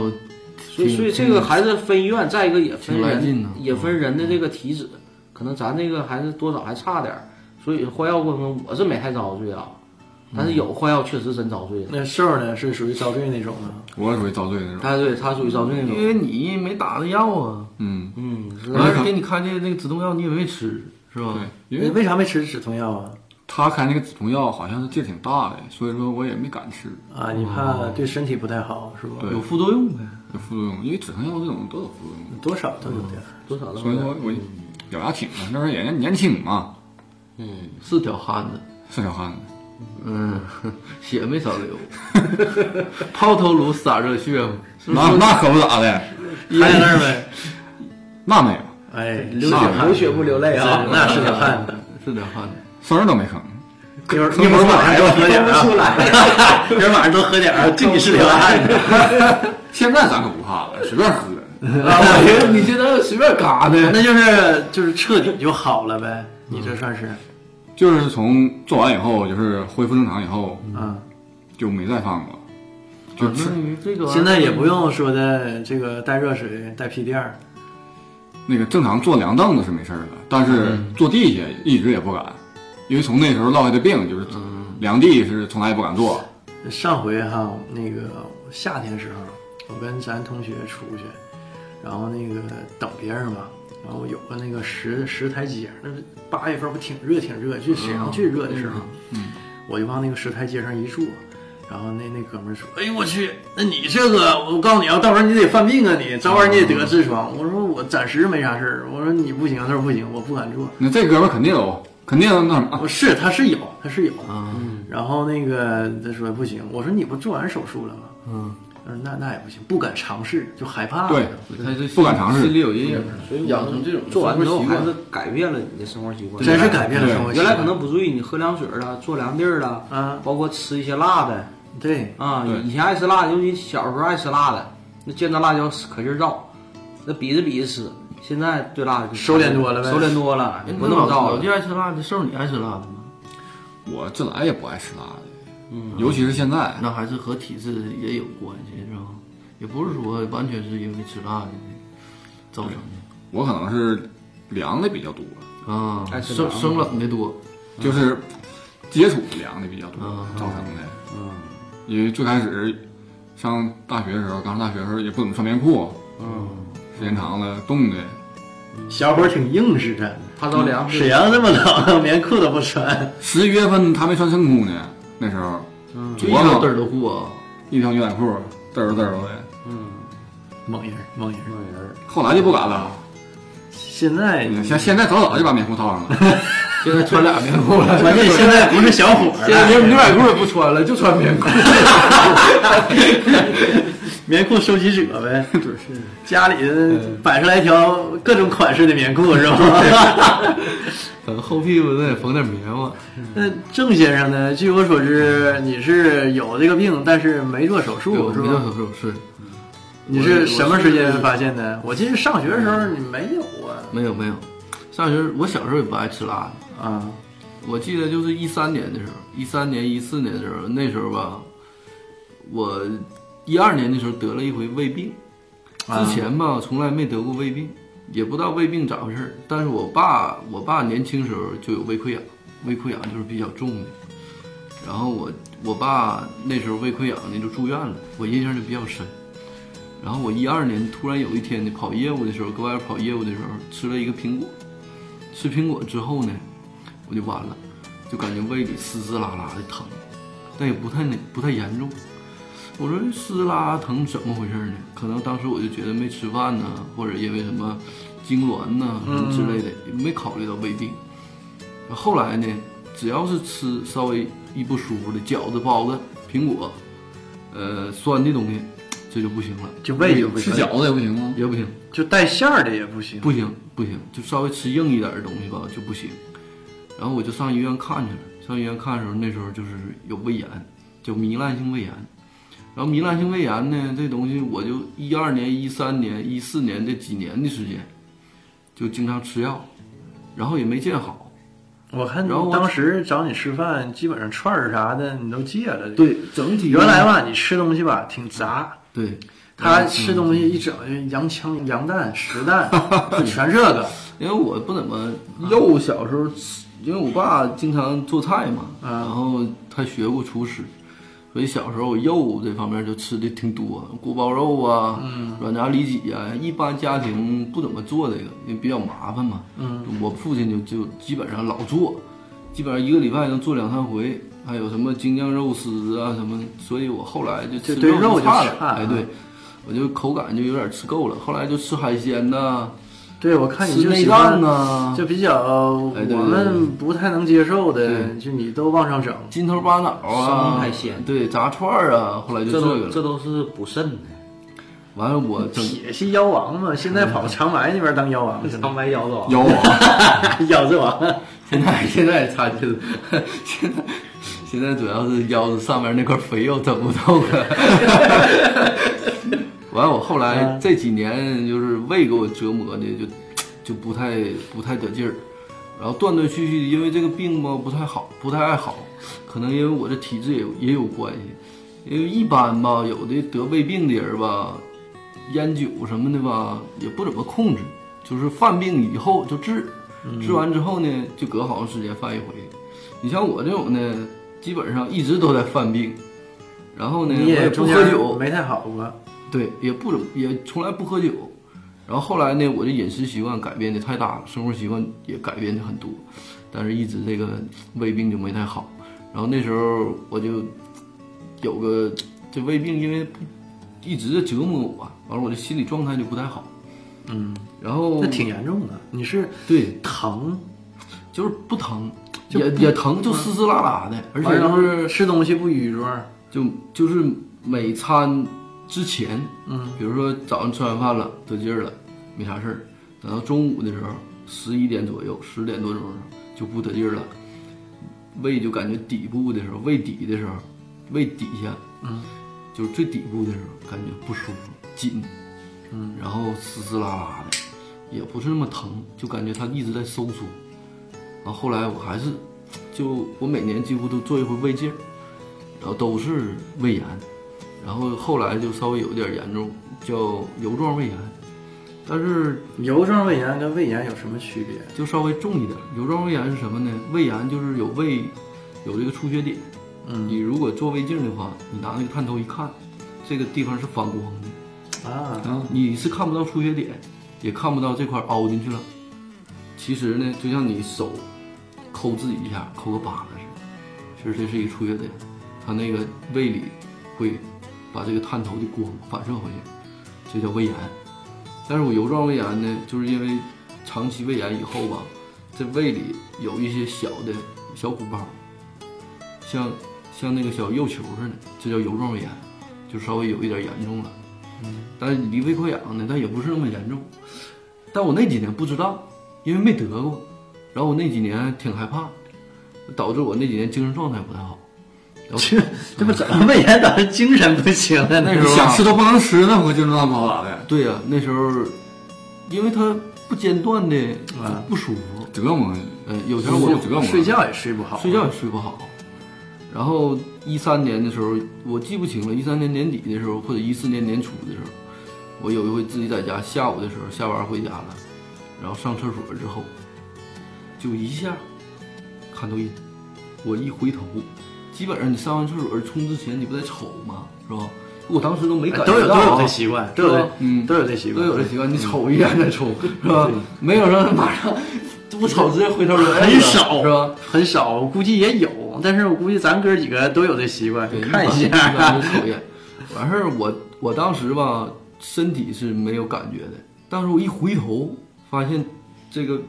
Speaker 3: 所以所以这个还是分医院，再一个也分
Speaker 5: 挺来劲
Speaker 3: 人
Speaker 5: 呢，
Speaker 3: 也
Speaker 2: 嗯
Speaker 3: 分人的这个体质，可能咱这个还是多少还差点儿。所以换药过程中我是没太遭罪啊，但是有
Speaker 2: 嗯
Speaker 3: 换药确实真遭罪的。
Speaker 2: 那瘦呢是属于遭罪那种吗？
Speaker 4: 我也属于遭罪那种。
Speaker 3: 他对他属于遭罪那
Speaker 5: 因
Speaker 3: 种，
Speaker 5: 为你没打的药啊，
Speaker 4: 嗯，
Speaker 3: 嗯，是
Speaker 5: 完了给你开的那个止痛药你也没吃，是吧
Speaker 4: 对？，因
Speaker 2: 你
Speaker 4: 为
Speaker 2: 为啥没吃止痛药啊？
Speaker 4: 他开那个止痛药好像是劲儿挺大的，所以说我也没敢吃，
Speaker 2: 啊，你怕对身体不太好是吧？
Speaker 4: 对
Speaker 5: 有副作用呗。
Speaker 4: 有副作用。因为止疼药这种都有副作用，
Speaker 2: 多少都有点儿。
Speaker 3: 多少都
Speaker 4: 所以说我咬牙挺着。那时候也年轻嘛，
Speaker 3: 嗯，
Speaker 5: 是条汉子，
Speaker 4: 是小汉子。
Speaker 5: 嗯， 血没少流， 抛头颅洒热血嘛，是不是
Speaker 4: 那那可不咋的，
Speaker 2: 含眼泪儿呗，
Speaker 4: 那没有，
Speaker 2: 哎，
Speaker 5: 流血
Speaker 2: 那流血不流泪啊，那是条汉子。
Speaker 5: 是条汉子。
Speaker 4: 声儿都没吭。
Speaker 2: 一会儿一会儿晚上多喝点儿
Speaker 3: 说不出
Speaker 2: 啊， 一会儿晚上多喝 点儿啊，敬你是条汉子。
Speaker 4: 现在咱可不怕了，随便喝。
Speaker 5: 啊，
Speaker 2: 哎
Speaker 5: 我 觉得你现在随便嘎的，
Speaker 2: 那就是就是彻底就好了呗，你这算是啊
Speaker 4: 就是从做完以后，就是恢复正常以后，
Speaker 2: 啊。
Speaker 4: 就没再放过，就
Speaker 5: 反
Speaker 4: 吃
Speaker 5: 正你这个玩意儿
Speaker 2: 现在也不用说的这个带热水、带屁垫儿，
Speaker 4: 那个正常坐凉凳子是没事儿的，但是坐地下一直也不敢，因为从那时候落下的病就是凉地是从来也不敢坐。
Speaker 2: 上回哈，那个夏天时候，我跟咱同学出去，然后那个等别人嘛，然后有个那个石石台阶儿，那是八月份不挺热挺热，去沈阳最热的时候，我就往那个石台阶上一坐，然后那那哥们儿说：“哎呦我去，那你这个，我告诉你啊，到时候你得犯病啊你，早晚你得得痔疮。我说：“我暂时没啥事儿。”我说：“你不行。”他说：“不行，我不敢做。
Speaker 4: 那这哥们儿肯定有，肯定那什么
Speaker 2: 我啊是，他是有，他是有。嗯
Speaker 5: 啊，
Speaker 2: 然后那个他说不行，我说你不做完手术了吗？嗯，他说那那也不行，不敢尝试，就害怕。
Speaker 4: 啊对，
Speaker 5: 他这
Speaker 4: 不敢尝试
Speaker 5: 心里有阴影了，
Speaker 3: 所以
Speaker 5: 养成这种
Speaker 3: 做完之后
Speaker 5: 生活习
Speaker 3: 还
Speaker 5: 惯
Speaker 3: 是改变了你的生活习惯，
Speaker 2: 真是改变了生活习
Speaker 3: 原
Speaker 2: 惯。
Speaker 3: 来可能不注意，你喝凉水儿了，坐凉地儿了，
Speaker 2: 啊
Speaker 3: 包括吃一些辣的
Speaker 2: 对，
Speaker 3: 啊
Speaker 4: 对，
Speaker 3: 以前爱吃辣的，尤其小时候爱吃辣的，那见到辣椒可劲儿造，那比着比着吃。现在对辣的就
Speaker 2: 收敛多了呗
Speaker 3: 收敛多了，不那
Speaker 5: 老
Speaker 3: 么造
Speaker 5: 老
Speaker 3: 了
Speaker 5: 弟。爱吃辣的，瘦你爱吃辣的吗？
Speaker 4: 我自来也不爱吃辣的，尤其是现在，
Speaker 5: 那还是和体质也有关系，是吧？也不是说完全是因为吃辣的造成的
Speaker 4: 我可能是凉的比较多，
Speaker 5: 啊
Speaker 3: 爱，吃辣
Speaker 5: 生
Speaker 3: 的
Speaker 5: 生冷的多，
Speaker 4: 就是接触凉的比较多
Speaker 5: 嗯
Speaker 4: 造成的。因为最开始上大学的时候，刚上大学的时候也不怎么穿棉裤，嗯时间长了冻的，
Speaker 2: 小伙儿挺硬实的，嗯
Speaker 3: 他着凉
Speaker 2: 沈阳这么冷，棉裤都不穿，
Speaker 4: 十一月份他没穿衬裤呢，那时候
Speaker 5: 嗯就
Speaker 4: 琢
Speaker 5: 一
Speaker 4: 磨
Speaker 5: 条嘚儿都护啊。
Speaker 4: 一条牛仔裤嘚儿嘚儿的，
Speaker 2: 猛人猛人。
Speaker 3: 弄人儿，
Speaker 4: 后来就不敢了。
Speaker 2: 现在
Speaker 4: 你像现在早早就把棉裤套上了，
Speaker 5: 现在穿俩棉裤了，
Speaker 2: 关键现在不是小伙儿
Speaker 5: 现在
Speaker 2: 了，
Speaker 5: 连牛仔 裤也不穿了，就穿棉裤。
Speaker 2: 棉裤收集者呗。对，是家里摆出来一条各种款式的棉裤是吧？
Speaker 5: 等后屁股那得缝点棉花。
Speaker 2: 嗯那郑先生呢？据我所知，你是有这个病，但是没做手
Speaker 5: 对，我
Speaker 2: 术，
Speaker 5: 嗯
Speaker 2: 是
Speaker 5: 没
Speaker 2: 吧
Speaker 5: 叫？手术是
Speaker 2: 你是什么时间发现的？我记得上学的时候你没有啊
Speaker 5: 没有没有。上学我小时候也不爱吃辣的，
Speaker 2: 啊！
Speaker 5: 我记得就是一三年的时候，一三年一四年的时候，那时候吧，我一二年的时候得了一回胃病，之前吧从来没得过胃病，也不知道胃病咋回事儿。但是我爸，我爸年轻时候就有胃溃疡，胃溃疡就是比较重的。然后我我爸那时候胃溃疡呢就住院了，我印象就比较深。然后我一二年突然有一天呢跑业务的时候，搁外边跑业务的时候吃了一个苹果，吃苹果之后呢，我就完了，就感觉胃里滋滋啦啦的疼，但也不太那不太严重。我说撕拉疼怎么回事呢？可能当时我就觉得没吃饭呢，或者因为什么痉挛呐什么之类的，没考虑到胃病。后来呢，只要是吃稍微一不舒服的饺子、包子、苹果，呃，酸的东西，这就不行了，
Speaker 2: 就胃就不
Speaker 4: 吃
Speaker 2: 行，
Speaker 4: 饺子也不行吗？
Speaker 5: 也不行，
Speaker 2: 就带馅儿的也不行。
Speaker 5: 不行，不行，就稍微吃硬一点的东西吧就不行。然后我就上医院看去了，上医院看的时候，那时候就是有胃炎，叫糜烂性胃炎。然后糜烂性胃炎呢，这东西我就一二年、一三年、一四年这几年的时间，就经常吃药，然后也没见好。
Speaker 2: 我看你
Speaker 5: 然后我
Speaker 2: 当时找你吃饭，基本上串儿啥的你都戒了。，
Speaker 5: 对，整体
Speaker 2: 原来吧，你吃东西吧挺杂，
Speaker 5: 对，嗯
Speaker 2: 他吃东西一整就洋枪、羊蛋、实蛋，就全这个。
Speaker 5: 因为我不怎么肉，小时候吃，因为我爸经常做菜嘛，
Speaker 2: 啊
Speaker 5: 然后他学过厨师，所以小时候我肉这方面就吃的挺多，锅包肉啊，
Speaker 2: 嗯
Speaker 5: 软炸里脊啊，一般家庭不怎么做这个，因为比较麻烦嘛。嗯，我父亲就就基本上老做，基本上一个礼拜能做两三回，还有什么京酱肉丝啊什么，所以我后来就吃
Speaker 2: 就对肉
Speaker 5: 肉
Speaker 2: 就差
Speaker 5: 差
Speaker 2: 了啊
Speaker 5: 了，哎对。我就口感就有点吃够了，后来就吃海鲜呐，
Speaker 2: 对，我看你
Speaker 5: 吃
Speaker 2: 就
Speaker 5: 内
Speaker 2: 喜欢
Speaker 5: 脏啊，
Speaker 2: 就比较我
Speaker 5: 哎对对对
Speaker 2: 们不太能接受的，
Speaker 5: 对
Speaker 2: 就你都往上整。
Speaker 5: 筋头巴脑
Speaker 3: 生
Speaker 5: 啊，
Speaker 3: 猛海鲜
Speaker 5: 对，炸串儿啊，后来就
Speaker 3: 这
Speaker 5: 这
Speaker 3: 都
Speaker 5: 个
Speaker 3: 这
Speaker 5: 了。
Speaker 3: 都是补肾的。
Speaker 5: 完了，我整
Speaker 2: 铁系妖王嘛，现在跑长白那边当妖 王去了，
Speaker 3: 长白腰子王，
Speaker 4: 腰啊，
Speaker 2: 腰子 王。
Speaker 5: 现在现在差劲了， 现在现在主要是腰子上面那块肥肉整不动了。完了，我后来这几年就是胃给我折磨的，就就不太不太得劲儿，然后断断续续，因为这个病吧不太好，不太爱好，可能因为我的体质也有也有关系，因为一般吧，有的得胃病的人吧，烟酒什么的吧也不怎么控制，就是犯病以后就治，治完之后呢就隔好长时间犯一回。你像我这种呢，基本上一直都在犯病，然后呢
Speaker 2: 你
Speaker 5: 我也不
Speaker 2: 中
Speaker 5: 喝
Speaker 2: 间
Speaker 5: 酒，
Speaker 2: 没太好过，
Speaker 5: 对，也不怎么也从来不喝酒。然后后来呢，我的饮食习惯改变的太大了，生活习惯也改变的很多，但是一直这个胃病就没太好。然后那时候我就有个这胃病，因为一直在折磨我，啊完了我的心理状态就不太好。嗯，然后
Speaker 2: 那挺严重的。你是
Speaker 5: 对，
Speaker 2: 疼，
Speaker 5: 就是不疼，
Speaker 2: 就
Speaker 5: 也
Speaker 2: 不嗯
Speaker 5: 也疼，就丝丝拉拉的，而
Speaker 2: 完
Speaker 5: 且就
Speaker 2: 了
Speaker 5: 是
Speaker 2: 吃东西不淤状，
Speaker 5: 就就是每餐之前，嗯，比如说早上吃完饭了，得劲儿了，没啥事儿，等到中午的时候，十一点左右，十点多钟就不得劲儿了，胃就感觉底部的时候，胃底的时候，胃底下，嗯，就是最底部的时候，感觉不舒服，紧，嗯，然后撕撕拉拉的，也不是那么疼，就感觉它一直在收缩，然后后来我还是，就我每年几乎都做一回胃镜儿。然后都是胃炎，然后后来就稍微有点严重，叫油状胃炎，但是
Speaker 2: 油状胃炎跟胃炎有什么区别？
Speaker 5: 就稍微重一点。油状胃炎是什么呢？胃炎就是有胃有这个出血点，嗯，你如果做胃镜的话，你拿那个探头一看，这个地方是反光的，
Speaker 2: 啊，
Speaker 5: 你是看不到出血点，也看不到这块凹进去了。其实呢，就像你手抠自己一下，抠个疤了似的，其实这是一个出血点，它那个胃里会把这个探头的光反射回去，这叫胃炎。但是我油状胃炎呢，就是因为长期胃炎以后吧，这胃里有一些小的小鼓包，像像那个小肉球似的，这叫油状胃炎，就稍微有一点严重了。但是离胃溃疡呢，但也不是那么严重。但我那几年不知道，因为没得过，然后我那几年挺害怕，导致我那几年精神状态不太好。然后
Speaker 2: 这不怎么胃炎导致精神不行了？那
Speaker 5: 那时
Speaker 4: 你
Speaker 5: 候
Speaker 4: 想
Speaker 5: 啊
Speaker 4: 吃都不能吃，那我精神状态不好咋的？
Speaker 5: 对呀、那时候因为它不间断的
Speaker 2: 啊
Speaker 5: 不舒服，
Speaker 4: 折磨你，
Speaker 5: 呃，有天
Speaker 4: 我
Speaker 5: 我
Speaker 4: 有折磨。
Speaker 2: 睡觉也睡不好，
Speaker 5: 睡觉也睡不好。然后一三年的时候，我记不清了，一三年年底的时候，或者一四年年初的时候，我有一回自己在家，下午的时候下班回家了，然后上厕所之后，就一下看抖音，我一回头，基本上你上完厕所冲之前你不得瞅吗？是吧？我当时都没
Speaker 2: 哎
Speaker 5: 感觉
Speaker 2: 都有
Speaker 5: 到
Speaker 2: 都有
Speaker 5: 啊
Speaker 2: 这习惯，嗯都有这
Speaker 5: 嗯
Speaker 2: 都有这习
Speaker 5: 都
Speaker 2: 惯，
Speaker 5: 有这习惯，你瞅一眼再冲，是吧？没有说马上不瞅直接回头就摁了
Speaker 2: 啊很少
Speaker 5: 是吧？？
Speaker 2: 很少，我估计也有，但是我估计咱哥几个都有这习惯
Speaker 5: 对，，
Speaker 2: 看一
Speaker 5: 一般
Speaker 2: 下。
Speaker 5: 就瞅一眼。完事儿，我我当时吧，身体是没有感觉的，但是我一回头，发现这个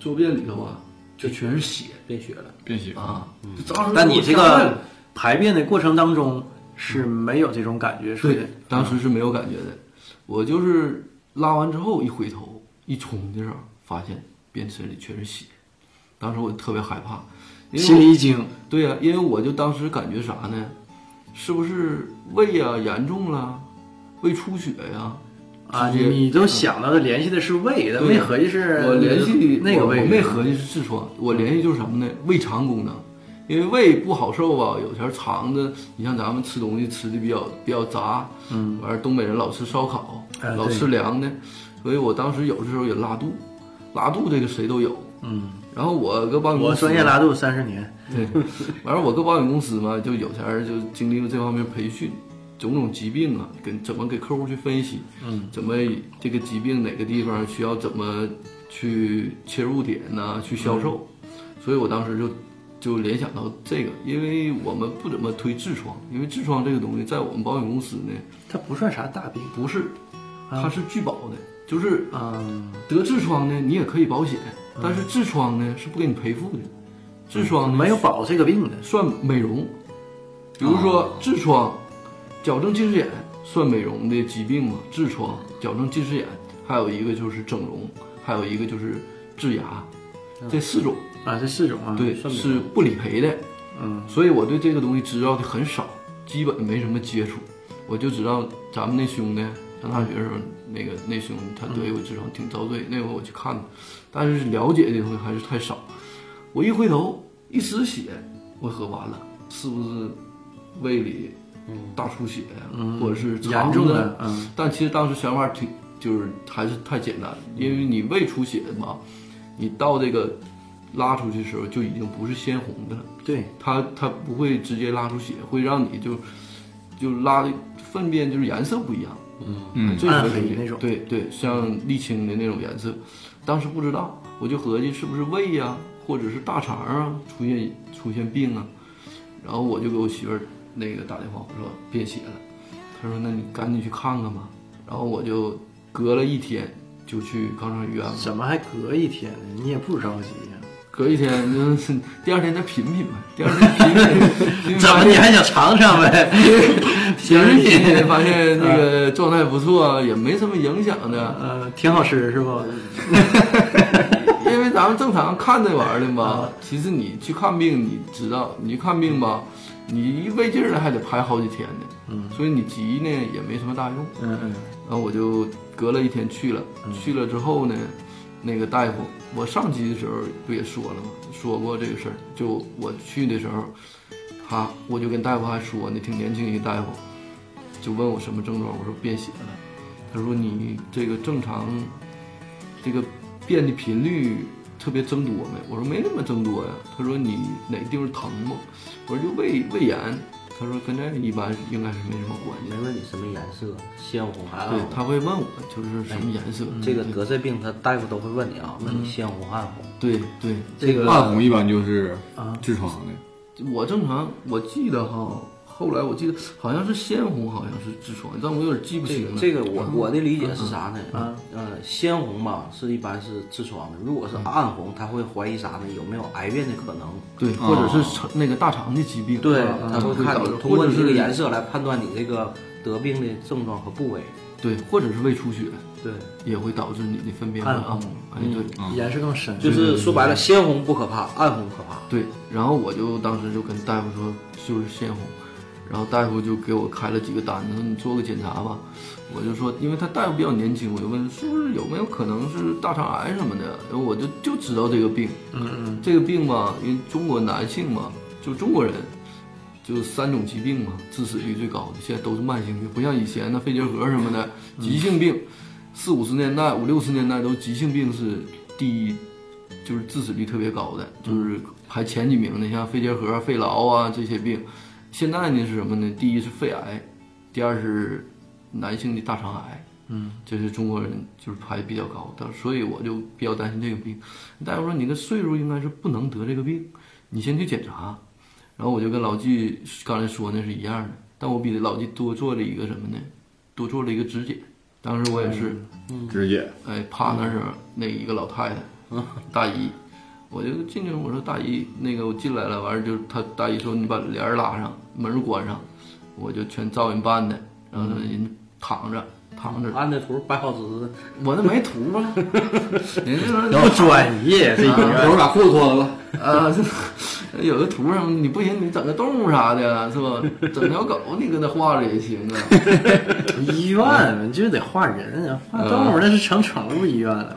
Speaker 5: 坐便里头啊，就全是血
Speaker 3: 变血了，
Speaker 4: 变形。
Speaker 5: 啊！就当时
Speaker 2: 嗯但你这
Speaker 5: 我吓坏
Speaker 2: 个
Speaker 5: 了
Speaker 2: 排便的过程当中是没有这种感觉，是不
Speaker 5: 对
Speaker 2: 是？，
Speaker 5: 当时是没有感觉的。我就是拉完之后一回头一冲的时候，发现遍身里全是血，当时我特别害怕，因为我
Speaker 2: 心里一惊，
Speaker 5: 对呀、因为我就当时感觉啥呢？是不是胃啊严重了，胃出血呀、
Speaker 2: 啊，
Speaker 5: 直接
Speaker 2: 你都想到的联系的是胃，但
Speaker 5: 对
Speaker 2: 胃合计是
Speaker 5: 我联系
Speaker 2: 那个
Speaker 5: 我
Speaker 2: 胃，嗯
Speaker 5: 我没合计是痔疮，我联系就是什么呢？胃肠功能，因为胃不好受啊，有时候肠子，你像咱们吃东西吃的比较比较杂，嗯，完了东北人老吃烧烤，
Speaker 2: 哎
Speaker 5: 老
Speaker 2: 对
Speaker 5: 吃凉的，所以我当时有的时候也拉肚，拉肚这个谁都有，
Speaker 2: 嗯，
Speaker 5: 然后我搁办公
Speaker 2: 我
Speaker 5: 室
Speaker 2: 专业拉肚三十年，
Speaker 5: 对，完了我搁保险公司嘛，就有钱儿就经历过这方面培训，种种疾病啊，跟怎么给客户去分析，嗯，怎么这个疾病哪个地方需要怎么去切入点呐、去销售，
Speaker 2: 嗯
Speaker 5: 所以我当时就就联想到这个，因为我们不怎么推痔疮，因为痔疮这个东西在我们保险公司呢
Speaker 2: 它不算啥大病，
Speaker 5: 不是，
Speaker 2: 啊
Speaker 5: 它是拒保的，就是
Speaker 2: 嗯，
Speaker 5: 得痔疮呢你也可以保险，但是痔疮呢是不给你赔付的，痔疮呢
Speaker 2: 嗯没有保这个病的，
Speaker 5: 算美容，比如说痔疮、矫正近视眼算美容的疾病吗？痔疮、矫正近视眼，还有一个就是整容，还有一个就是治牙，这四种
Speaker 2: 啊，这四种啊，
Speaker 5: 对
Speaker 3: 算美容
Speaker 5: 是不理赔的。
Speaker 2: 嗯，
Speaker 5: 所以我对这个东西知道的很少，基本没什么接触。我就知道咱们那兄弟上大学的时候，那个那兄弟他得
Speaker 2: 嗯
Speaker 5: 一回痔疮挺遭罪，那回我去看他，但是了解这东西还是太少。我一回头一失血，我喝完了，是不是胃里大出血呀、或者是
Speaker 2: 嗯严重
Speaker 5: 的
Speaker 2: 的，嗯，
Speaker 5: 但其实当时想法挺，就是还是太简单了，因为你胃出血嘛，你到这个拉出去的时候就已经不是鲜红的了，
Speaker 2: 对，
Speaker 5: 它它不会直接拉出血，会让你就就拉的粪便就是颜色不一样，
Speaker 4: 嗯，
Speaker 5: 这
Speaker 2: 暗
Speaker 5: 个
Speaker 2: 黑
Speaker 5: 东西
Speaker 2: 那种
Speaker 5: 对对，像沥青的那种颜色，当时不知道，我就合计是不是胃呀、或者是大肠啊出现出现病啊，然后我就给我媳妇儿那个打电话，我说便血了，她说那你赶紧去看看吧，然后我就隔了一天就去肛肠医院了，
Speaker 2: 怎么还隔一天呢？你也不着急啊呀、
Speaker 5: 隔一天就是第二天再品品呗，第二天 品品品品，
Speaker 2: 怎么你还想尝尝呗？
Speaker 5: 第二
Speaker 2: 行，
Speaker 5: 天品
Speaker 2: 你
Speaker 5: 品发现
Speaker 2: 啊
Speaker 5: 那个状态不错，也没什么影响的。
Speaker 2: 呃，挺好吃是不？
Speaker 3: 嗯
Speaker 5: 因为咱们正常看这玩意儿的
Speaker 2: 啊
Speaker 5: 嘛，其实你去看病，你知道，你去看病吧，你一胃镜儿还得排好几天呢，嗯，所以你急呢也没什么大用。
Speaker 2: 嗯嗯，
Speaker 5: 然后我就隔了一天去了，去了之后呢，那个大夫，我上期的时候不也说了吗？说过这个事儿，就我去的时候，他我就跟大夫还说呢，挺年轻一大夫，就问我什么症状，我说便血了，他说你这个正常，这个便的频率特别增多没？我说没那么增多呀。他说你哪个地方疼吗？我说就胃胃炎。他说跟这一般应该是没什么关系
Speaker 3: 没。问你什么颜色，鲜红还
Speaker 5: 对
Speaker 3: 暗，
Speaker 5: 他
Speaker 3: 红。
Speaker 5: 会问我就是什么颜色。
Speaker 3: 啊哎这个得这病，他大夫都会问你啊，问
Speaker 5: 嗯
Speaker 3: 你鲜红暗红。
Speaker 5: 对对，
Speaker 3: 这
Speaker 5: 啊
Speaker 3: 个
Speaker 4: 暗红一般就是痔疮的，
Speaker 5: 我正常我记得哈，后来我记得好像是鲜红，好像是痔疮，但我有点记不
Speaker 3: 这
Speaker 5: 清
Speaker 3: 个
Speaker 5: 了。嗯
Speaker 3: 这个我我的理解是啥呢？呃，鲜红吧是一般是痔疮的，如果
Speaker 5: 嗯
Speaker 3: 是暗红，他会怀疑啥呢？有没有癌变的可能？
Speaker 5: 对，或者是肠那个大肠的疾病，
Speaker 3: 啊对，
Speaker 5: 啊
Speaker 3: 他会
Speaker 5: 会
Speaker 3: 看
Speaker 5: 导
Speaker 3: 你
Speaker 5: 致，
Speaker 3: 通过
Speaker 5: 或者
Speaker 3: 你这个
Speaker 5: 是
Speaker 3: 颜色来判断你这个得病的症状和部位。
Speaker 5: 对，或者是胃出血，
Speaker 3: 对，嗯
Speaker 5: 也会导致你的粪便会
Speaker 2: 暗
Speaker 5: 暗红。哎，对
Speaker 2: 颜色嗯更深，
Speaker 5: 嗯
Speaker 3: 就是说白了，鲜红不可怕，暗红可怕。
Speaker 5: 对。然后我就当时就跟大夫说，就是鲜红。然后大夫就给我开了几个单子，说你做个检查吧。我就说，因为他大夫比较年轻，我就问是不是有没有可能是大肠癌什么的，然后我就就知道这个病。
Speaker 2: 嗯嗯，
Speaker 5: 这个病嘛，因为中国男性嘛，就中国人，就三种疾
Speaker 2: 嗯
Speaker 5: 病嘛，致死率最高的，现在都是慢性病，不像以前那肺结核什么的急性病。四五十年代、五六十年代都急性病是第一，就是致死率特别高的，就是排前几名的，像肺结核、肺痨啊这些病。现在呢是什么呢？第一是肺癌，第二是男性的大肠癌，嗯，这是中国人就是排比较高的，所以我就比较担心这个病。大夫说你的岁数应该是不能得这个病，你先去检查。然后我就跟老纪刚才说那是一样的，但我比老纪多做了一个什么呢？多做了一个指检。当时我也是，
Speaker 4: 直接
Speaker 5: 哎，趴那儿那一个老太太， 大姨，我就进去，我说大姨，那个我进来了，完事儿就是她大姨说你把帘儿拉上，门儿关上，我就全照人办的，然后人躺着躺着，
Speaker 3: 按的图摆好姿势，
Speaker 5: 我那没图啊，人家说
Speaker 2: 要转移 这一
Speaker 4: 一会
Speaker 2: 个，
Speaker 4: 儿把裤子脱了吧。
Speaker 5: 啊， 有个图上你不行，你整个动物啥的，是吧？整条狗你搁那画着也行啊。
Speaker 2: 医院你就得画人啊，画
Speaker 3: 嗯
Speaker 2: 动物那是成宠物医院了。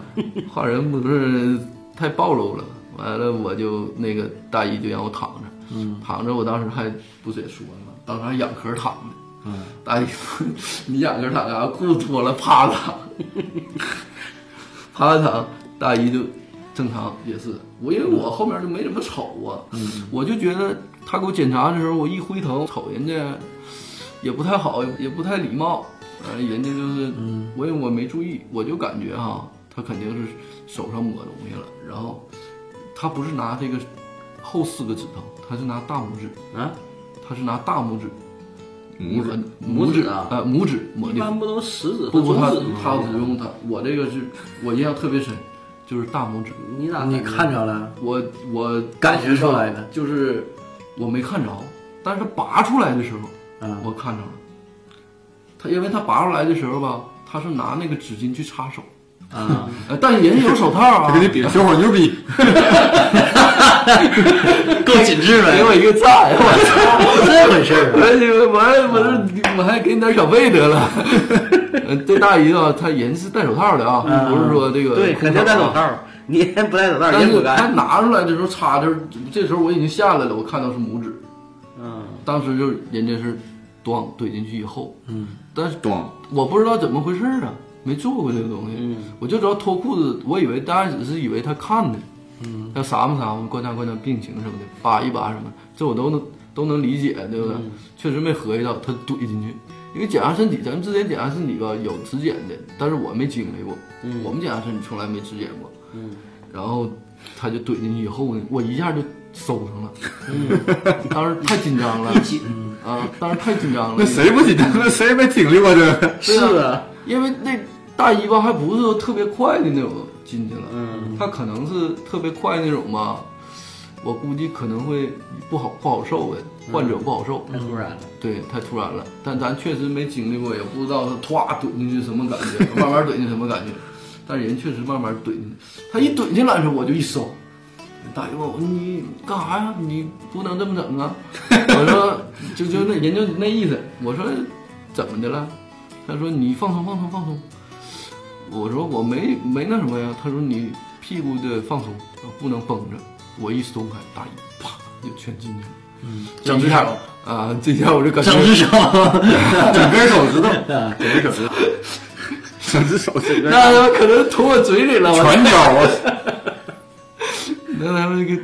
Speaker 5: 画人不是太暴露了，完了我就那个大姨就让我躺着，躺着我当时还不是也说了吗？当时还仰壳躺着。大姨说， 你仰壳躺着，裤子脱了趴着躺，趴着躺，大姨就正常也是我，因为我后面就没怎么瞅啊，
Speaker 3: 嗯
Speaker 5: 我就觉得他给我检查的时候，我一回头瞅人家也不太好，也不太礼貌。呃，人家就是，
Speaker 3: 嗯
Speaker 5: 我也我没注意，我就感觉哈，他肯定是手上抹东西了，然后他不是拿这个后四个指头，他是拿大拇指，
Speaker 3: 啊，
Speaker 5: 他是拿大拇指，
Speaker 4: 拇指
Speaker 5: 指
Speaker 3: 拇
Speaker 5: 拇
Speaker 3: 指啊
Speaker 5: 呃，拇指抹
Speaker 3: 一
Speaker 5: 的，
Speaker 3: 般不都食指
Speaker 5: 不
Speaker 3: 和
Speaker 5: 不，
Speaker 3: 中
Speaker 5: 他
Speaker 3: 指吗？
Speaker 5: 他不用他，我这个是我印象特别深，就是大拇指，
Speaker 3: 你咋
Speaker 2: 你
Speaker 3: 感觉
Speaker 2: 看着了？
Speaker 5: 我我
Speaker 2: 感觉出来的
Speaker 5: 就是我没看着，但是他拔出来的时候，
Speaker 2: 啊，
Speaker 5: 我看着了。他因为他拔出来的时候吧，他是拿那个纸巾去擦手，
Speaker 2: 啊，
Speaker 5: 呃，但人家有手套 啊。
Speaker 4: 我跟你比，小伙儿牛逼，
Speaker 3: 嗯
Speaker 2: 够紧致呗
Speaker 5: 给，我一个赞，我
Speaker 2: 这回事儿啊。
Speaker 5: 我我还我这我还给你点小费得了。 呃这大姨啊，她人是戴手套的啊，
Speaker 2: 嗯
Speaker 5: 不是说这个
Speaker 3: 对，肯定戴手
Speaker 5: 啊。
Speaker 3: 套，你还不戴手套，
Speaker 5: 但
Speaker 3: 也
Speaker 5: 是
Speaker 3: 不
Speaker 5: 她
Speaker 3: 干。
Speaker 5: 拿出来的时候擦的时候，这时候我已经下来了，我看到是拇指，
Speaker 3: 嗯，
Speaker 5: 当时就人家是咣怼进去以后，嗯，但是
Speaker 4: 咣，
Speaker 5: 我不知道怎么回事儿啊，没做过这个东西，我就知道脱裤子，我以为大家只是以为他看的，嗯，要啥么啥么，观察观察病情什么的，扒一扒什么，这我都能都能理解，对不对？确实没合计到他怼进去，因为检查身体，咱们之前检查身体吧有质检的，但是我没经历过，我们检查身体从来没质检过，嗯，然后他就怼进去以后呢，我一下就收上了， 当时太紧 张了，啊，当时太紧张了，
Speaker 4: 那谁不紧张？那谁没经历过这个？
Speaker 5: 对
Speaker 2: 是
Speaker 5: 啊，因为那大姨吧还不是说特别快的那种进去了，嗯，她可能是特别快那种吧，我估计可能会不好不好受呗，患者不好受，
Speaker 2: 太突然 了，
Speaker 5: 对，太突然了。但咱确实没经历过，也不知道他歘怼进去什么感觉，慢慢怼进去什么感觉。但人确实慢慢怼进去，他一怼进来的时候，我就一收。大爷问我你干啥呀？你不能这么整啊！我说就就那人就那意思。我说怎么的了？他说你放松放松放松。我说我没没那什么呀。他说你屁股得放松，不能绷着。我一松开，大姨啪就全进去了。嗯，
Speaker 2: 整只手
Speaker 5: 啊，这下我就感觉
Speaker 2: 整只手，
Speaker 4: 整根手指头，
Speaker 2: 啊
Speaker 4: 整 只手指头，
Speaker 5: 那他可能捅我嘴里了，我
Speaker 4: 全交啊！
Speaker 5: 那他们这个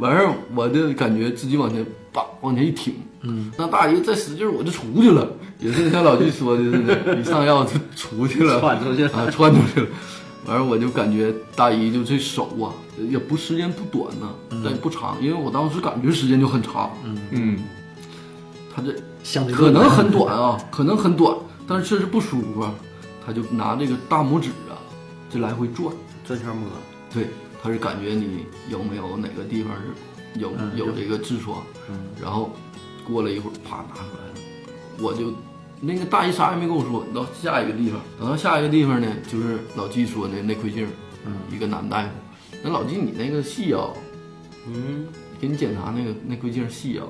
Speaker 5: 完事儿，我就感觉自己往前叭往前一挺，嗯，那大姨再使劲儿我就出去了，也是像老季说的似的，一上药就出去了，
Speaker 3: 窜出去了
Speaker 5: 啊，窜出去了。完事儿我就感觉大姨就这手啊，也不时间不短呢、但也不长，因为我当时感觉时间就很长，嗯，
Speaker 4: 嗯，
Speaker 5: 他这
Speaker 2: 相对
Speaker 5: 可能 很短啊，可能很短，但是确实不舒服啊，他就拿这个大拇指啊，就来回转，
Speaker 3: 这圈摸，
Speaker 5: 对，他是感觉你有没有哪个地方是有、
Speaker 4: 嗯
Speaker 5: 有这个痔疮，然后过了一会儿，啪拿出来了，我就那个大姨啥也没跟我说，到下一个地方，等到下一个地方呢，就是老纪说的内窥镜，
Speaker 4: 嗯
Speaker 5: 一个男大夫，那老纪你那个细啊，
Speaker 3: 嗯，
Speaker 5: 给你检查那个内窥镜细啊，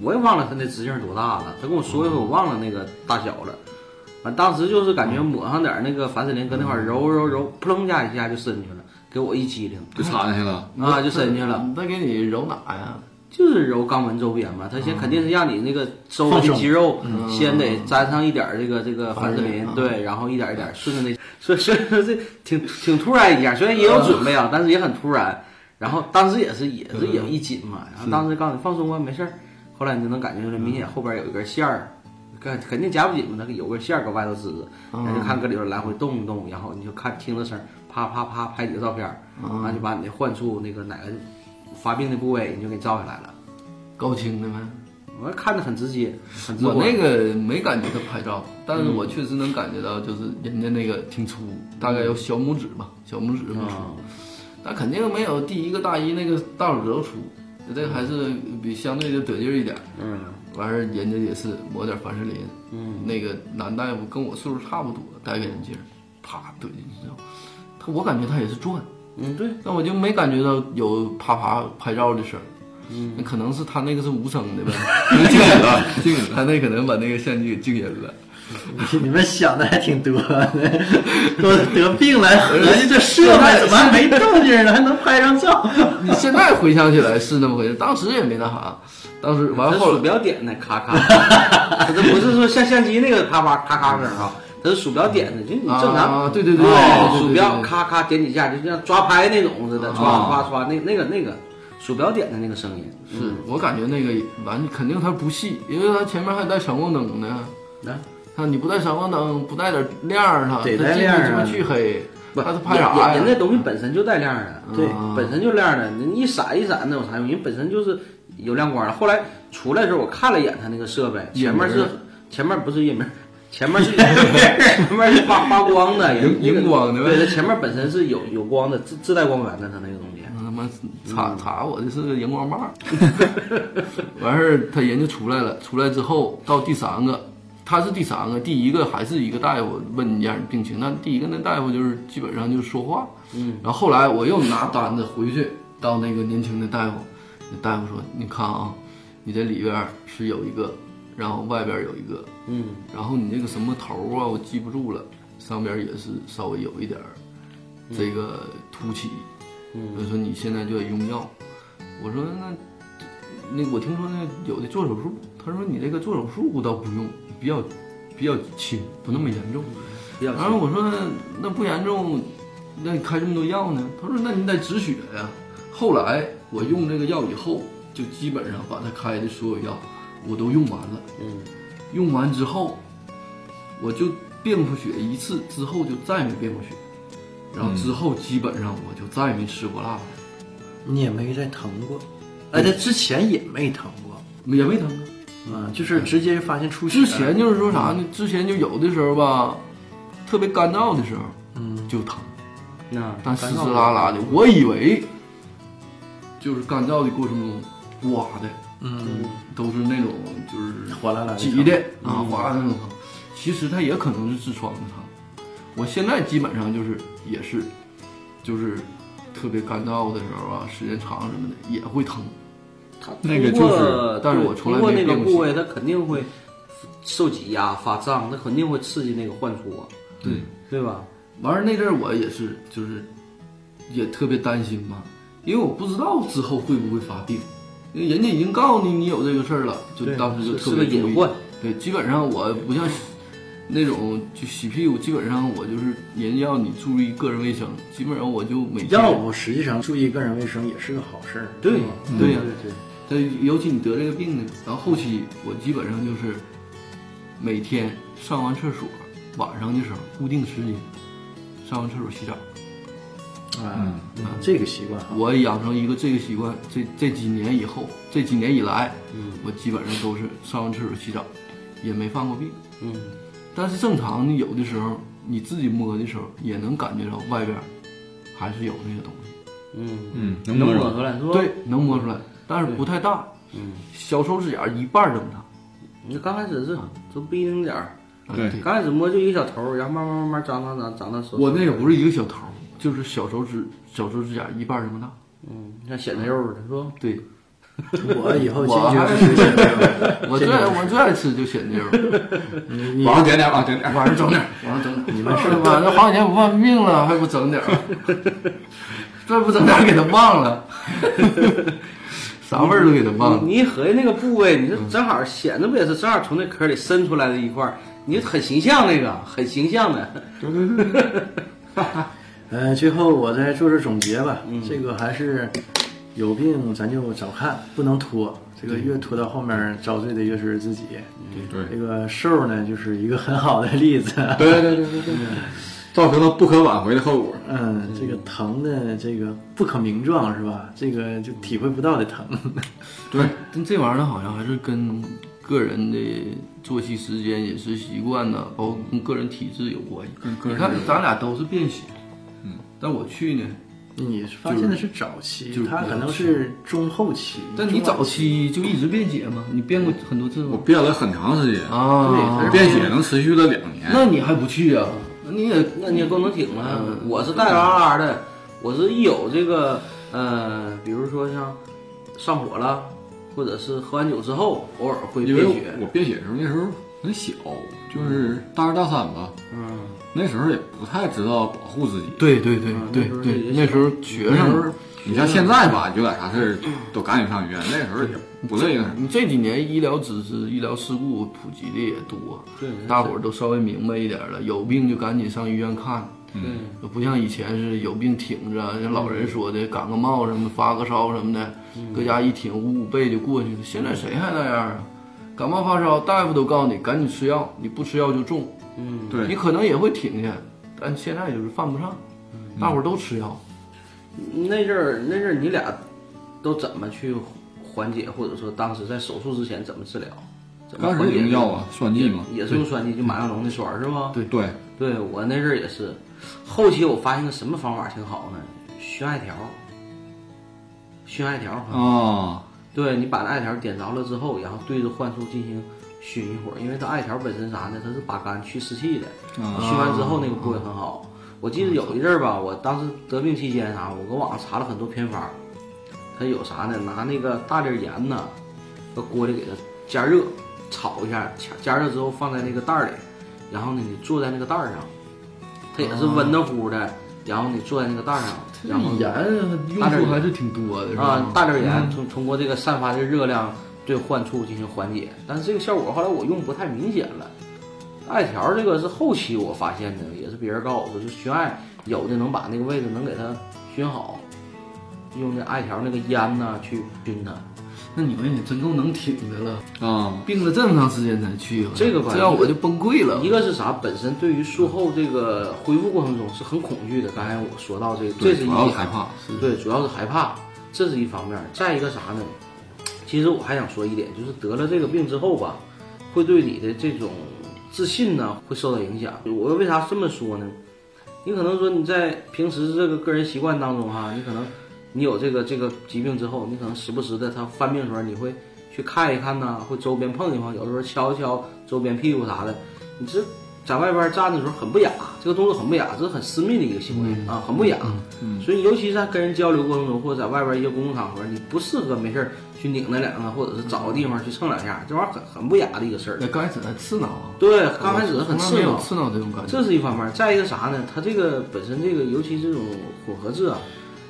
Speaker 3: 我也忘了他那直径多大了，他跟我说一回，我忘了那个大小了。完，当时就是感觉抹上点儿那个凡士林，搁那块儿揉揉揉，扑棱下一下就伸进去了，给我一激灵，
Speaker 4: 啊就插进去了。
Speaker 5: 嗯
Speaker 3: 啊，就伸进去了。
Speaker 5: 他给你揉哪呀？
Speaker 3: 就是揉肛门周边嘛，它先肯定是让你那个周围的肌肉先得沾上一点儿这个这个凡士林，对，然后一点一点顺着那， 所以所以说这挺挺突然一下，虽然也有准备啊，但是也很突然。然后当时也是也是也一紧嘛，然后当时告诉你放松吧，没事儿。后来你就能感觉出来，明显后边有一根线儿，肯肯定夹不紧嘛，那个有根线儿搁外头支着，然后就看搁里边来回动一动，然后你就看听着声儿，啪啪啪拍几个照片儿，然
Speaker 4: 啊
Speaker 5: 啊
Speaker 3: 后就啊把你的患处那个哪个发病的部位，你就给照下来了。
Speaker 5: 高清的呗。
Speaker 3: 我看着很直接，很直
Speaker 5: 我
Speaker 3: 观。
Speaker 5: 那个没感觉他拍照，但是
Speaker 3: 嗯
Speaker 5: 我确实能感觉到，就是人家那个挺粗，大概有小拇指吧，小拇指那么粗，
Speaker 3: 嗯啊，
Speaker 5: 但肯定没有第一个大衣那个大手指头粗，这个还是比相对的得劲儿一点儿。
Speaker 3: 嗯
Speaker 5: 完事儿人家也是抹点凡士林，
Speaker 3: 嗯，
Speaker 5: 那个男大夫跟我岁数差不多，戴个眼镜儿，啪怼进去之后，他我感觉他也是转，
Speaker 3: 嗯，对，
Speaker 5: 但我就没感觉到有啪啪拍照的声儿。那可能是他那个是无声的呗，静音 了，静音了。他那可能把那个相机给静音了。
Speaker 2: 你们想的还挺多的，都得病 了，合计这设备怎么还没动静呢？还能拍张照？
Speaker 5: 你现在回想起来是那么回事，当时也没那啥，当时完
Speaker 3: 它
Speaker 5: 后
Speaker 3: 鼠标点的，咔 咔，它这不是说像相机那个啪啪咔咔声啊，它是鼠标点的，就你正
Speaker 5: 啊
Speaker 3: 常，
Speaker 5: 对对对
Speaker 3: 哦
Speaker 5: 对对对对
Speaker 3: 鼠标咔咔点几下，就像抓拍那种似的，刷刷
Speaker 5: 啊
Speaker 3: 刷，那那个那个鼠标点的那个声音，
Speaker 5: 是我感觉那个完肯定他不细，因为他前面还带闪光灯呢。
Speaker 3: 啊
Speaker 5: 他你不带闪光灯，不带点亮儿，他
Speaker 2: 得
Speaker 5: 他
Speaker 2: 带
Speaker 5: 进去
Speaker 2: 亮儿
Speaker 5: 这么
Speaker 2: 啊
Speaker 5: 黢黑，
Speaker 3: 不，
Speaker 5: 他是怕啥
Speaker 3: 人人
Speaker 5: 呀？
Speaker 3: 那东西本身就带亮儿的，
Speaker 2: 对
Speaker 3: 本身就亮的，你一闪一闪的有啥用？人本身就是有亮光的。后来出来的时候，我看了一眼他那个设备，
Speaker 5: 夜
Speaker 3: 前
Speaker 5: 明儿
Speaker 3: 面是前面不是夜明儿，前面是前面是发发光的，
Speaker 5: 荧
Speaker 3: 那个
Speaker 5: 荧光的呗
Speaker 3: 对，它前面本身是有有光的，自自带光源的，它那个东西。
Speaker 5: 他妈查查我的是个荧光棒儿， 完事儿他人就出来了，出来之后到第三个，他是第三个，第一个还是一个大夫问你一下病情，那第一个那大夫就是基本上就是说话，嗯，然后后来我又拿单子回去到那个年轻的大夫，那大夫说你看啊，你这里边儿是有一个，然后外边儿有一个，
Speaker 3: 嗯，
Speaker 5: 然后你那个什么头儿啊，我记不住了，上边儿也是稍微有一点儿这个凸起，嗯，就说你现在就得用药。我说那那我听说那有的做手术，他说你这个做手术倒不用，比较比较轻，不那么严重。
Speaker 3: 比较
Speaker 5: 然后啊我说那不严重，那你开这么多药呢？他说那你得止血呀、后来我用这个药以后，就基本上把他开的所有药我都用完了。
Speaker 3: 嗯，
Speaker 5: 用完之后，我就便过血一次，之后就再没便过血。然后之后基本上我就再也没吃过辣的，
Speaker 2: 你也没再疼过，哎，他之前也没疼过，
Speaker 5: 也没疼过。啊
Speaker 2: 嗯，就是直接发现出血。
Speaker 5: 之前就是说啥呢？
Speaker 2: 嗯
Speaker 5: 之前就有的时候吧，特别干燥的时候，
Speaker 2: 嗯，
Speaker 5: 就疼，
Speaker 3: 那
Speaker 5: 但湿湿拉拉的。我以为就是干燥的过程中刮的，
Speaker 2: 嗯，
Speaker 5: 都是那种就是
Speaker 2: 哗啦啦的嗯
Speaker 5: 挤的啊，哗啦那种疼。其实它也可能是痔疮的疼。我现在基本上就是也是，就是特别干燥的时候啊，时间长什么的也会疼。
Speaker 3: 它
Speaker 4: 那个
Speaker 3: 通过
Speaker 4: 就是
Speaker 5: 但是
Speaker 3: 对
Speaker 5: 我从来
Speaker 3: 通过
Speaker 5: 没
Speaker 3: 那个
Speaker 5: 练过
Speaker 3: 部位，它肯定会受挤压发胀，它肯定会刺激那个患处啊，
Speaker 5: 对，
Speaker 3: 对吧？
Speaker 5: 完事儿那阵儿我也是，就是也特别担心嘛，因为我不知道之后会不会发病，因为人家已经告诉你你有这个事儿了，就当时就是特
Speaker 3: 个
Speaker 5: 别注
Speaker 3: 隐
Speaker 5: 意。
Speaker 3: 患。
Speaker 5: 对，基本上我不像那种就洗屁股，基本上我就是人家要你注意个人卫生，基本上我就每天
Speaker 2: 要不实际上注意个人卫生也是个好事儿。
Speaker 3: 对
Speaker 5: 对呀、
Speaker 3: 对，
Speaker 5: 这嗯尤其你得这个病呢，然后后期我基本上就是每天上完厕所，晚上的时候固定时间上完厕所洗澡。
Speaker 2: 啊，嗯这个习惯好。
Speaker 5: 我养成一个这个习惯，这这几年以后，这几年以来，我基本上都是上完厕所洗澡，也没犯过病。
Speaker 3: 嗯，
Speaker 5: 但是正常你有的时候你自己摸的时候，也能感觉到外边还是有那个东西，
Speaker 3: 嗯，
Speaker 4: 嗯，能
Speaker 3: 能
Speaker 4: 摸
Speaker 3: 摸
Speaker 4: 着。
Speaker 3: 出来是吧？
Speaker 5: 对，能摸出来，但是不太大，
Speaker 3: 嗯，
Speaker 5: 小手指甲一半儿这么大。
Speaker 3: 你刚开始是就不一丁点儿，
Speaker 5: 啊
Speaker 4: 对
Speaker 3: 刚开始摸就一个小头儿，然后慢慢慢慢长长长长到手。
Speaker 5: 我那个不是一个小头儿，就是小手指小手指甲一半儿这么大。
Speaker 3: 嗯，像显着肉似的，是吧？
Speaker 5: 对，
Speaker 2: 我以后坚
Speaker 5: 我还
Speaker 2: 决不吃这个。
Speaker 5: 我最爱我最爱吃就显牛，
Speaker 4: 往上点点，往上点点。
Speaker 5: 晚上整点儿，晚上整点儿。你们是吧？那好几天不犯病了，还不整点儿？再不整点儿给他忘了。啥味儿都给它忘了。
Speaker 3: 你一合计那个部位，你这正好显得不也是正好从那壳里伸出来的一块儿，你很形象那个，很形象的。
Speaker 4: 对对对，
Speaker 2: 呃，最后我再做做总结吧。这个还是有病咱就早看，不能拖。这个越拖到后面遭罪的越是自己。
Speaker 4: 对
Speaker 2: 这个瘦呢，就是一个很好的例 子。
Speaker 4: 对对对对对，造成了不可挽回的后果。
Speaker 2: 嗯，这个疼呢，这个不可名状是吧？这个就体会不到的疼。
Speaker 4: 对，
Speaker 5: 但这玩意儿呢，好像还是跟个人的作息时间、饮食习惯呐，包括跟个人体质有关系。
Speaker 4: 跟个
Speaker 5: 你
Speaker 4: 人
Speaker 5: 看，咱俩都是便血，嗯，但我去呢，
Speaker 2: 你发现的是早期
Speaker 5: 嗯就，是
Speaker 2: 他可能是中后期。
Speaker 5: 但你早期就一直便血吗？你变过很多次
Speaker 4: 我
Speaker 5: 吗？
Speaker 4: 变了很长时间，
Speaker 5: 啊，
Speaker 4: 便血能持续了两年。
Speaker 5: 那你还不去啊呀、那你也
Speaker 3: 那你也够能挺了。我是带着拉拉的，我是一有这个呃，比如说像上火了，或者是喝完酒之后，偶尔会
Speaker 4: 因
Speaker 3: 便
Speaker 4: 为
Speaker 3: 血。
Speaker 4: 我便血的时候那时候很小，就是大二大三吧，
Speaker 3: 嗯，
Speaker 4: 那时候也不太知道保护自己。
Speaker 5: 对对对对
Speaker 3: 那时候
Speaker 5: 对，
Speaker 3: 也
Speaker 5: 啊那时候学
Speaker 4: 那时
Speaker 5: 生
Speaker 4: 候，你像现在吧，有点啥事儿都赶紧上医院。那时候也不累，
Speaker 5: 你这几年医疗知识、医疗事故普及的也多，
Speaker 3: 对
Speaker 5: 大伙儿都稍微明白一点了，有病就赶紧上医院看，
Speaker 3: 对，
Speaker 5: 不像以前是有病挺着，像老人说的感个冒什么、发个烧什么的，搁家一挺捂捂背就过去了。现在谁还那样啊？感冒发烧，大夫都告诉你赶紧吃药，你不吃药就中。
Speaker 3: 嗯，
Speaker 4: 对
Speaker 5: 你可能也会停下，但现在就是犯不上，大伙儿都吃药。
Speaker 3: 那阵儿那阵儿你俩都怎么去缓解，或者说当时在手术之前怎么治疗？怎么
Speaker 4: 当
Speaker 3: 缓
Speaker 4: 时
Speaker 3: 解
Speaker 4: 用药啊，算计嘛。
Speaker 3: 也是用栓剂，就马上龙的栓儿是吗？
Speaker 5: 对
Speaker 4: 对，
Speaker 3: 对我那阵儿也是，后期我发现个什么方法挺好呢？熏艾条，熏艾条啊
Speaker 4: 啊，
Speaker 3: 对你把那艾条点着了之后，然后对着患处进行熏一会儿，因为它艾条本身啥呢，它是把肝去湿气的，
Speaker 4: 啊
Speaker 3: 熏完之后那个部位很好。我记得有一阵儿吧，我当时得病期间啊啥，我搁网上查了很多偏方，它有啥呢？拿那个大粒儿盐呐，搁锅里给它加热，炒一下，加加热之后放在那个袋儿里，然后呢你坐在那个袋儿上，它也是温的乎的，然后你坐在那个袋儿上，然后
Speaker 5: 盐用处还是挺多的，是吧？
Speaker 4: 嗯
Speaker 5: 嗯
Speaker 3: 啊，大点盐通通过这个散发的热量对患处进行缓解，但是这个效果后来我用不太明显了。艾条这个是后期我发现的，也是别人告诉我说，就熏艾有的能把那个位置能给它熏好，用那艾条那个烟呐、去熏它。
Speaker 5: 那你们也真够能挺的了，
Speaker 4: 啊，
Speaker 5: 病了这么长时间才去啊，
Speaker 3: 这个吧
Speaker 5: 这要我就崩溃了
Speaker 3: 一。个是啥？本身对于术后这个恢复过程中是很恐惧的。刚才我说到这个，这
Speaker 4: 对，
Speaker 3: 是一
Speaker 4: 主要
Speaker 3: 点
Speaker 4: 是害怕。
Speaker 3: 对，主要是害怕，这是一方面儿。再一个啥呢？其实我还想说一点，就是得了这个病之后吧，会对你的这种自信呢会受到影响。我为啥这么说呢？你可能说你在平时这个个人习惯当中哈，你可能你有这个这个疾病之后，你可能时不时的他犯病的时候，你会去看一看呐、会周边碰一碰，有时候敲一敲周边屁股啥的。你这在外边站的时候很不雅，这个动作很不雅，这是很私密的一个行为、
Speaker 5: 嗯
Speaker 3: 啊，很不雅。所以，尤其是在跟人交流过程中，或者在外边一些公共场合，你不适合没事儿去拧那两个，或者是找个地方去蹭两下，这玩意儿很很不雅的一个事儿
Speaker 5: 那。刚开始还刺挠啊，
Speaker 3: 对，刚开始很
Speaker 5: 从来
Speaker 3: 刺
Speaker 5: 没有
Speaker 3: 挠，
Speaker 5: 刺挠这种感觉。
Speaker 3: 这是一方面儿。再一个啥呢？它这个本身这个，尤其这种混合制啊，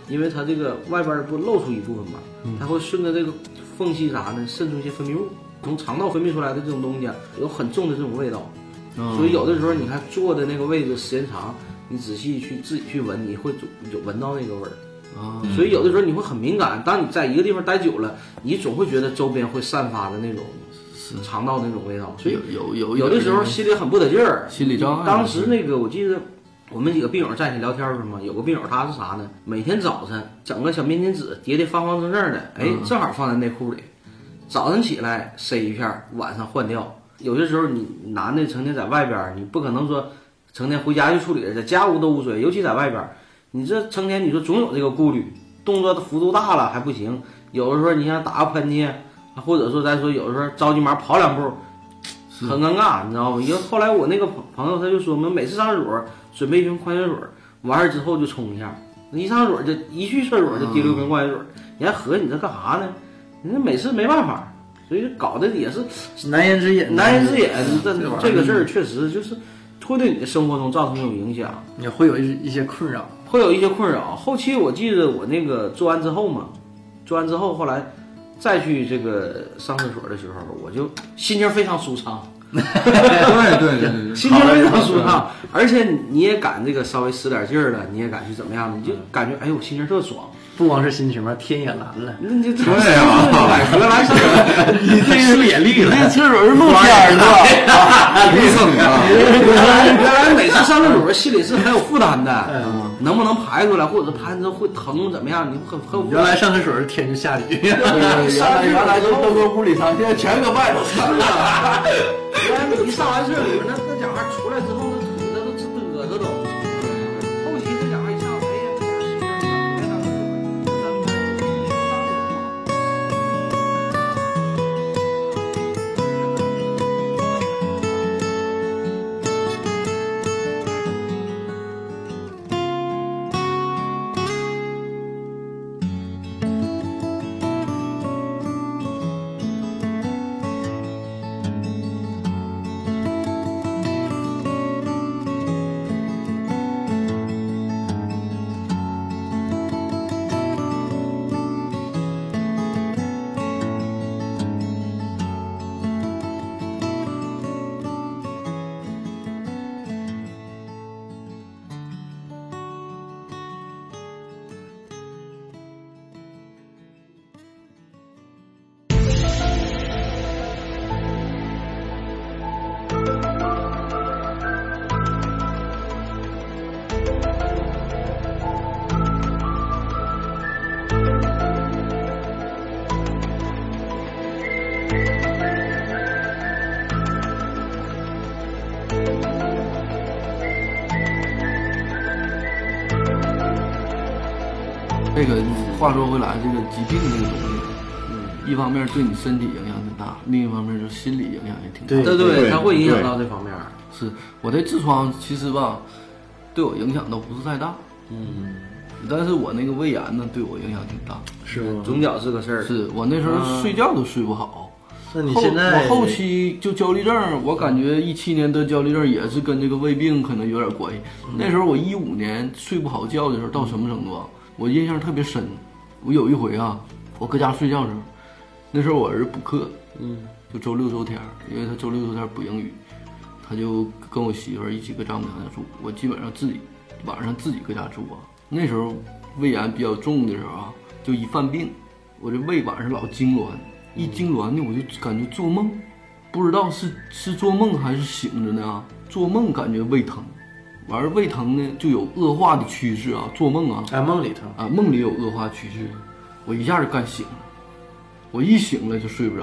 Speaker 3: 因为它这个外边儿不露出一部分嘛，
Speaker 5: 嗯
Speaker 3: 它会顺着这个缝隙啥呢，渗出一些分泌物，从肠道分泌出来的这种东西啊，有很重的这种味道。
Speaker 5: 嗯
Speaker 3: 所以有的时候你看坐的那个位置时间长，你仔细去自己去闻，你会就闻到那个味儿。
Speaker 5: 啊，
Speaker 3: 所以有的时候你会很敏感，当你在一个地方待久了，你总会觉得周边会散发的那种肠道那种味道，所以
Speaker 5: 有有有
Speaker 3: 有的时候心里很不得劲儿。
Speaker 5: 心理障碍。
Speaker 3: 嗯当时那个我记得我们几个病友在一起聊天儿的时候嘛，有个病友他是啥呢？每天早晨整个小面巾纸叠的方方正正的，哎，正好放在内裤里，早晨起来塞一片儿，晚上换掉。有些时候你男的成天在外边儿，你不可能说成天回家去处理，在家务都无所谓，尤其在外边儿，你这成天你说总有这个顾虑，动作幅度大了还不行，有的时候你想打个喷嚏，啊或者说再说有的时候着急忙跑两步。很尴尬，你知道吗？因为后来我那个朋朋友他就说嘛，每次上厕所准备一瓶矿泉水，完事儿之后就冲一下，一上厕所就一去厕所就提溜
Speaker 5: 嗯
Speaker 3: 瓶矿泉水，人家合计你这干啥呢？人家每次没办法，所以就搞得也是
Speaker 2: 难言之隐，
Speaker 3: 难言之隐。这
Speaker 5: 嗯这玩意儿嗯
Speaker 3: 这个事
Speaker 2: 嗯
Speaker 3: 儿确实就是会对你的生活中造成一种影响，
Speaker 2: 也会有一一些困扰。
Speaker 3: 会有一些困扰。后期我记得我那个做完之后嘛，做完之后后来再去这个上厕所的时候，我就心情非常舒畅，
Speaker 4: 对对对 对
Speaker 3: 心情非常舒畅，而且你也敢这个稍微使点劲儿了，你也敢去怎么样，你就感觉哎呦，我心情特爽。
Speaker 2: 不光是心情吧，天也蓝了，
Speaker 3: 那你就对
Speaker 4: 对啊
Speaker 3: 百合来着，
Speaker 2: 你这树 也绿了，
Speaker 5: 那厕所是露天的，
Speaker 4: 对，绿色的
Speaker 3: 原来每次上厕所心里是很有负担的，能不能排出来，或者排完之后会疼怎么样，你很很有 负
Speaker 2: 原
Speaker 3: 担。
Speaker 2: 来上厕所是天就下雨，
Speaker 5: 原来 原来都都搁屋里上，现在全搁外头上。
Speaker 3: 原来你一上完厕所，那那家伙出来之后，那那都直嘚瑟都。后期这家伙一上，哎呀，这点事情，别当
Speaker 5: 这个话说回来，这个疾病这个东西，嗯，一方面对你身体影响挺大，另一方面就是心理影响也挺大。
Speaker 3: 对对，
Speaker 4: 对
Speaker 3: 它会影响到这方面。
Speaker 5: 是我的痔疮其实吧，对我影响都不是太大，嗯，但是我那个胃炎呢，对我影响挺大。
Speaker 2: 是吗？
Speaker 3: 肿脚是个啊事儿，
Speaker 5: 是我那时候睡觉都睡不好。
Speaker 2: 那你
Speaker 5: 后
Speaker 2: 现在
Speaker 5: 我后期就焦虑症，我感觉一七年得焦虑症也是跟这个胃病可能有点关系。
Speaker 2: 嗯
Speaker 5: 那时候我一五年睡不好觉的时候到什么程度啊？我印象特别深，我有一回啊，我搁家睡觉的时候，那时候我儿子补课，嗯，就周六周天儿，因为他周六周天儿补英语，他就跟我媳妇儿一起搁丈母娘家住，我基本上自己晚上自己搁家住啊。那时候胃炎比较重的时候啊，就一犯病，我这胃晚上老痉挛，一痉挛呢我就感觉做梦，不知道是是做梦还是醒着呢啊，做梦感觉胃疼，完了胃疼呢就有恶化的趋势啊，做梦啊
Speaker 2: 哎梦里头，
Speaker 5: 啊梦里有恶化趋势，我一下就干醒了，我一醒了就睡不着，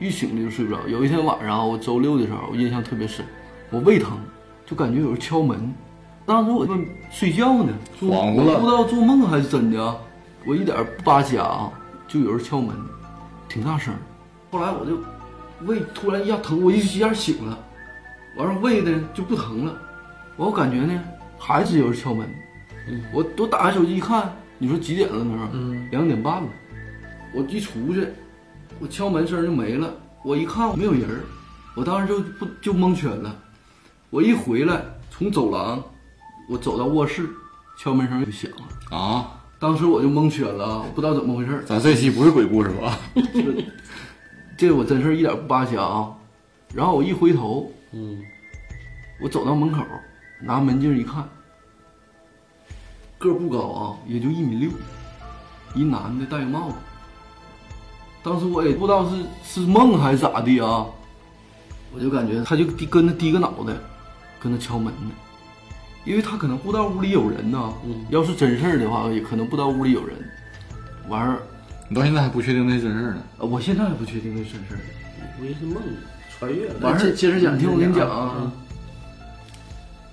Speaker 5: 一醒了就睡不着。有一天晚上啊，我周六的时候，我印象特别深，我胃疼，就感觉有人敲门，当时我正睡觉呢，做
Speaker 4: 恍惚
Speaker 5: 我
Speaker 4: 了
Speaker 5: 不知道做梦还是真的啊，我一点儿不扒瞎啊，就有人敲门，挺大声儿，后来我就胃突然一下疼，我一一下醒了，完了胃呢就不疼了，我感觉呢还是有人敲门，我我打开手机一看，你说几点了那时候？两点半了。我一出去，我敲门声就没了。我一看没有人儿，我当时就不就蒙圈了。我一回来，从走廊，我走到卧室，敲门声就响了。
Speaker 4: 啊。
Speaker 5: 当时我就蒙圈了啊，我不知道怎么回事儿。
Speaker 4: 咱这期不是鬼故事吧？
Speaker 5: 这我真是一点不扒瞎啊。然后我一回头，嗯，我走到门口，拿门镜一看，个儿不高啊，也就一米六，一男的戴个帽子。当时我也不知道是是梦还是咋的啊，我就感觉他就低跟那低个脑袋，跟那敲门呢，因为他可能不知道屋里有人呐、要是真事儿的话，也可能不知道屋里有人。完事儿，
Speaker 4: 你到现在还不确定那是真事儿呢。
Speaker 5: 呃我现在还不确定那是真事儿。
Speaker 3: 估计是梦穿越了。
Speaker 5: 完事儿
Speaker 2: 接接着讲
Speaker 5: 你听我
Speaker 2: 接
Speaker 5: 跟
Speaker 2: 着
Speaker 5: 你
Speaker 2: 讲
Speaker 5: 讲啊。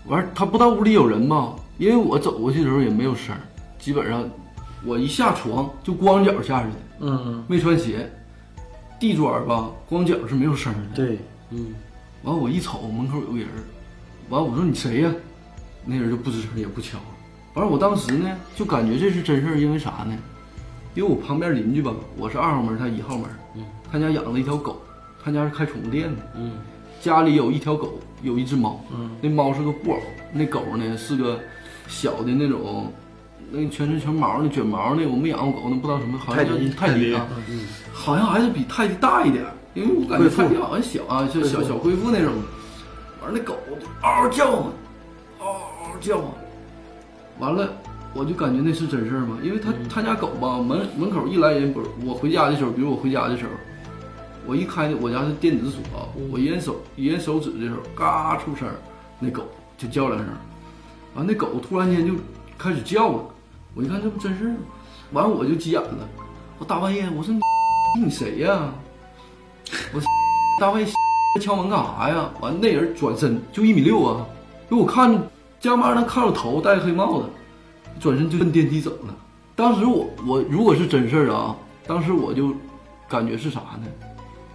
Speaker 5: 完事儿他不知道屋里有人吧？因为我走过去的时候也没有声儿，基本上我一下床就光脚下去的，
Speaker 2: 嗯，
Speaker 5: 没穿鞋，地砖儿吧，光脚是没有声儿的。嗯
Speaker 2: 对，嗯
Speaker 5: 完我一瞅门口有个人儿，完我说你谁呀、那人就不吱声也不敲。完我当时呢就感觉这是真事儿，因为啥呢？因为我旁边邻居吧，我是二号门，他一号门，
Speaker 2: 嗯
Speaker 5: 他家养了一条狗，他家是开宠物店的，家里有一条狗，有一只猫，
Speaker 2: 嗯
Speaker 5: 那猫是个布偶，那狗呢是个小的那种，那全身全毛的卷毛的，我没养过狗，那不知道什么，好像
Speaker 2: 泰迪
Speaker 5: 叫泰迪啊，好像还是比泰迪大一点，因为我感觉泰迪好像小啊，就小小恢复那种。完了，那狗就嗷嗷叫唤，嗷嗷叫唤。完了，我就感觉那是真事儿吗？因为他他家狗吧，门门口一来人不是，我回家的时候，比如我回家的时候，我一开我家是电子锁啊，我一摁手一摁手指的时候，嘎出声儿，那狗就叫两声儿。完，那狗突然间就开始叫了，我一看这不真事儿吗？完我就急眼了，我大半夜我说你你谁呀、我说大半夜敲门干啥呀？完那人转身就一米六啊，因为我看家妈能看着头，戴黑帽子，转身就奔电梯走了。当时我我如果是真事儿啊，当时我就感觉是啥呢？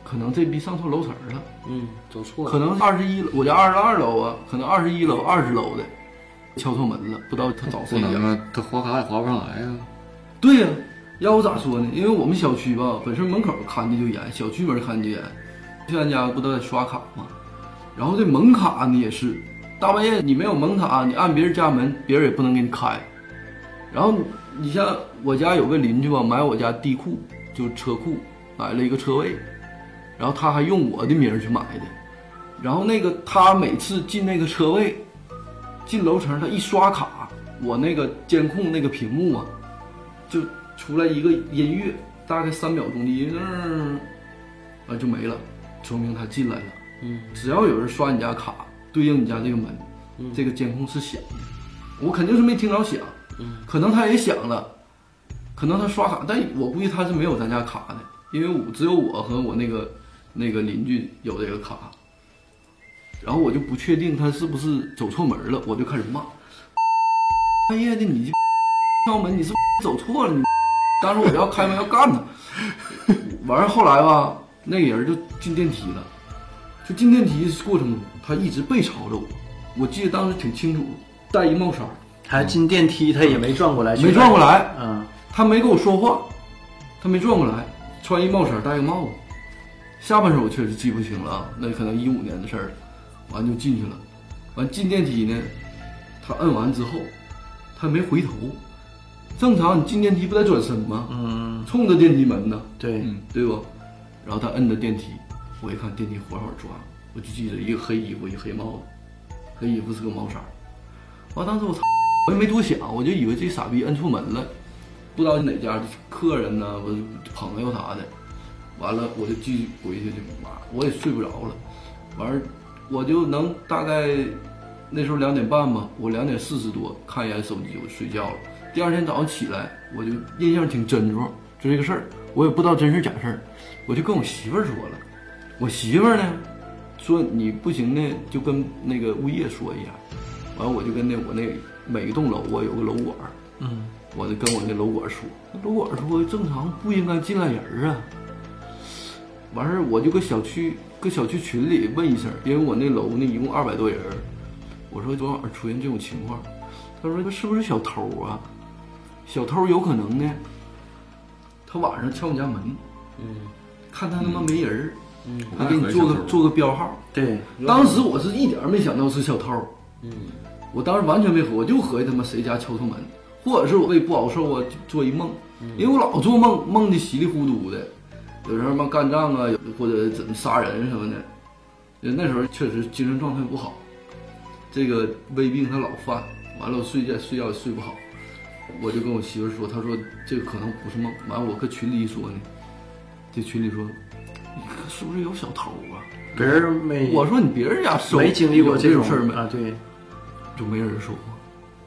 Speaker 5: 可能这逼上错楼层儿了。
Speaker 3: 嗯，走错了，
Speaker 5: 可能二十一，我家二十二楼啊，可能二十一楼、二十楼的敲错门了，不知道他找
Speaker 4: 不
Speaker 5: 谁
Speaker 4: 能
Speaker 5: 呀？
Speaker 4: 啊，他划卡也划不上来啊。
Speaker 5: 对呀、要我咋说呢？因为我们小区吧，本身门口看的就严，小区门看的就严。去俺家不都得刷卡吗？然后这门卡呢也是，大半夜你没有门卡，你按别人家门，别人也不能给你开。然后你像我家有个邻居吧，买我家地库，就是车库，买了一个车位，然后他还用我的名儿去买的。然后那个他每次进那个车位，进楼层，他一刷卡，我那个监控那个屏幕啊，就出来一个音乐，大概三秒钟的音乐，啊就没了，说明他进来了。
Speaker 3: 嗯，
Speaker 5: 只要有人刷你家卡，对应你家这个门，这个监控是响的，我肯定是没听着响，嗯，可能他也响了，可能他刷卡，但我估计他是没有咱家卡的，因为我只有我和我那个那个邻居有这个卡。然后我就不确定他是不是走错门了，我就开始骂：“半夜的你这敲门，你是不是走错了？你当时我就要开门要干他。”完事后来吧，那个人就进电梯了，就进电梯过程中，他一直背朝着我，我记得当时挺清楚，戴一帽衫，
Speaker 2: 还进电梯，他也没转过来，
Speaker 5: 没转过来
Speaker 2: 嗯，
Speaker 5: 他没跟我说话，他没转过来，穿一帽衫，戴个帽子。下半身我确实记不清了，啊，那可能一五年的事儿了。完就进去了，完进电梯呢，他摁完之后，他没回头。正常你进电梯不得转身吗？嗯，冲着电梯门呢，
Speaker 2: 对，
Speaker 5: 对吧？然后他摁着电梯，我一看电梯缓缓转，我就记得一个黑衣服，一个黑帽子，黑衣服是个毛衫儿。完当时我操，我也没多想，我就以为这傻逼摁错门了，不知道是哪家的客人呢，我朋友啥的。完了我就继续回去就妈，我也睡不着了。完儿我就能大概那时候两点半吧，我两点四十多看一眼手机，我睡觉了。第二天早上起来，我就印象挺真着，就这个事儿，我也不知道真事儿假事儿，我就跟我媳妇儿说了。我媳妇儿呢，说你不行呢，就跟那个物业说一下。完了，我就跟那我那每一栋楼我有个楼管，嗯，我就跟我那楼管说，那楼管说正常不应该进来人儿啊。完事儿我就搁小区搁小区群里问一声，因为我那楼呢一共二百多人儿，我说昨晚上出现这种情况，他说是不是小偷啊？小偷有可能呢，他晚上敲你家门，嗯，看他他妈没人儿，嗯，他给你做个做个标号，
Speaker 2: 对，
Speaker 5: 当时我是一点儿没想到是小偷，嗯，我当时完全没合，我就合计他妈谁家敲错门，或者是我胃不好受啊，就做一梦，因为我老做梦，梦的稀里糊涂的，有时候嘛干仗啊，有或者怎么杀人什么的，呃那时候确实精神状态不好，这个胃病他老犯，完了我睡觉睡觉也睡不好，我就跟我媳妇儿说，她说这个可能不是梦，完了我搁群里一说呢，这群里说，你看是不是有小偷啊？
Speaker 2: 别人没，
Speaker 5: 我说你别人家手
Speaker 2: 没经历过
Speaker 5: 有这
Speaker 2: 种
Speaker 5: 事儿没？
Speaker 2: 啊，对，
Speaker 5: 就没人说话，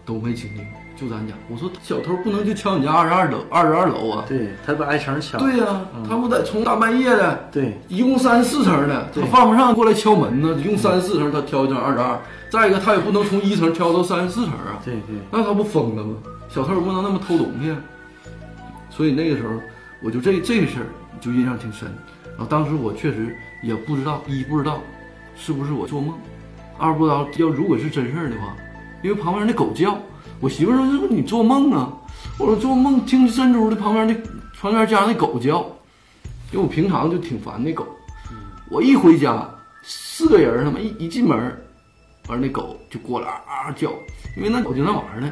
Speaker 5: 都没经历过，就咱家。我说小偷不能就敲你家二十二楼，二十二楼啊？
Speaker 2: 对他把爱成抢，
Speaker 5: 对呀、
Speaker 2: 嗯
Speaker 5: 他不得从大半夜的，
Speaker 2: 对
Speaker 5: 一共三十四层的，他犯不上过来敲门呢。一共三十四层，他挑一张二十二，再一个他也不能从一层挑到三十四层啊。
Speaker 2: 对对，
Speaker 5: 那他不疯了吗？小偷不能那么偷东西。啊所以那个时候，我就这这个事儿就印象挺深。然后当时我确实也不知道，一不知道是不是我做梦，二不知道要如果是真事儿的话，因为旁边那狗叫，我媳妇儿说是不是你做梦啊？我说做梦听珍珠的旁边那旁边家那狗叫，因为我平常就挺烦那狗，我一回家四个人儿他妈一一进门儿，完了那狗就过来啊啊叫，因为那狗就那玩意儿呢，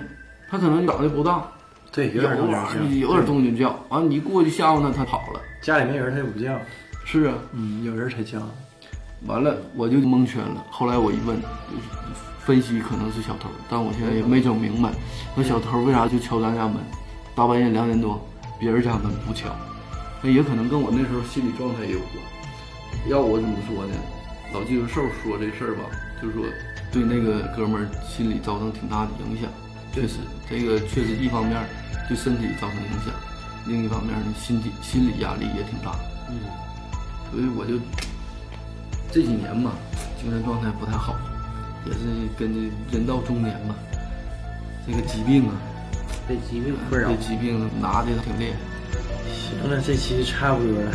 Speaker 5: 它可能长得不大，
Speaker 2: 对，有
Speaker 5: 有
Speaker 2: 点动
Speaker 5: 啊
Speaker 2: 静，
Speaker 5: 有点动静叫，完了你过去吓唬他，他跑了。
Speaker 2: 家里没人他就不叫，
Speaker 5: 是啊，
Speaker 2: 嗯，有人才叫。
Speaker 5: 完了我就蒙圈了。后来我一问，分析可能是小偷，但我现在也没整明白，那小偷为啥就敲咱家门？大半夜两点多，别人家门不敲，那也可能跟我那时候心理状态也有关。要我怎么说呢？老技术兽说这事儿吧，就是说对那个哥们儿心理造成挺大的影响。确实，这个确实一方面对身体造成影响，另一方面呢，心理心理压力也挺大。嗯，所以我就这几年嘛，精神状态不太好，也是跟这人到中年嘛，这个疾病啊，
Speaker 3: 被疾病困扰
Speaker 5: 这。疾病拿的挺厉害。
Speaker 2: 行了，这期差不多了，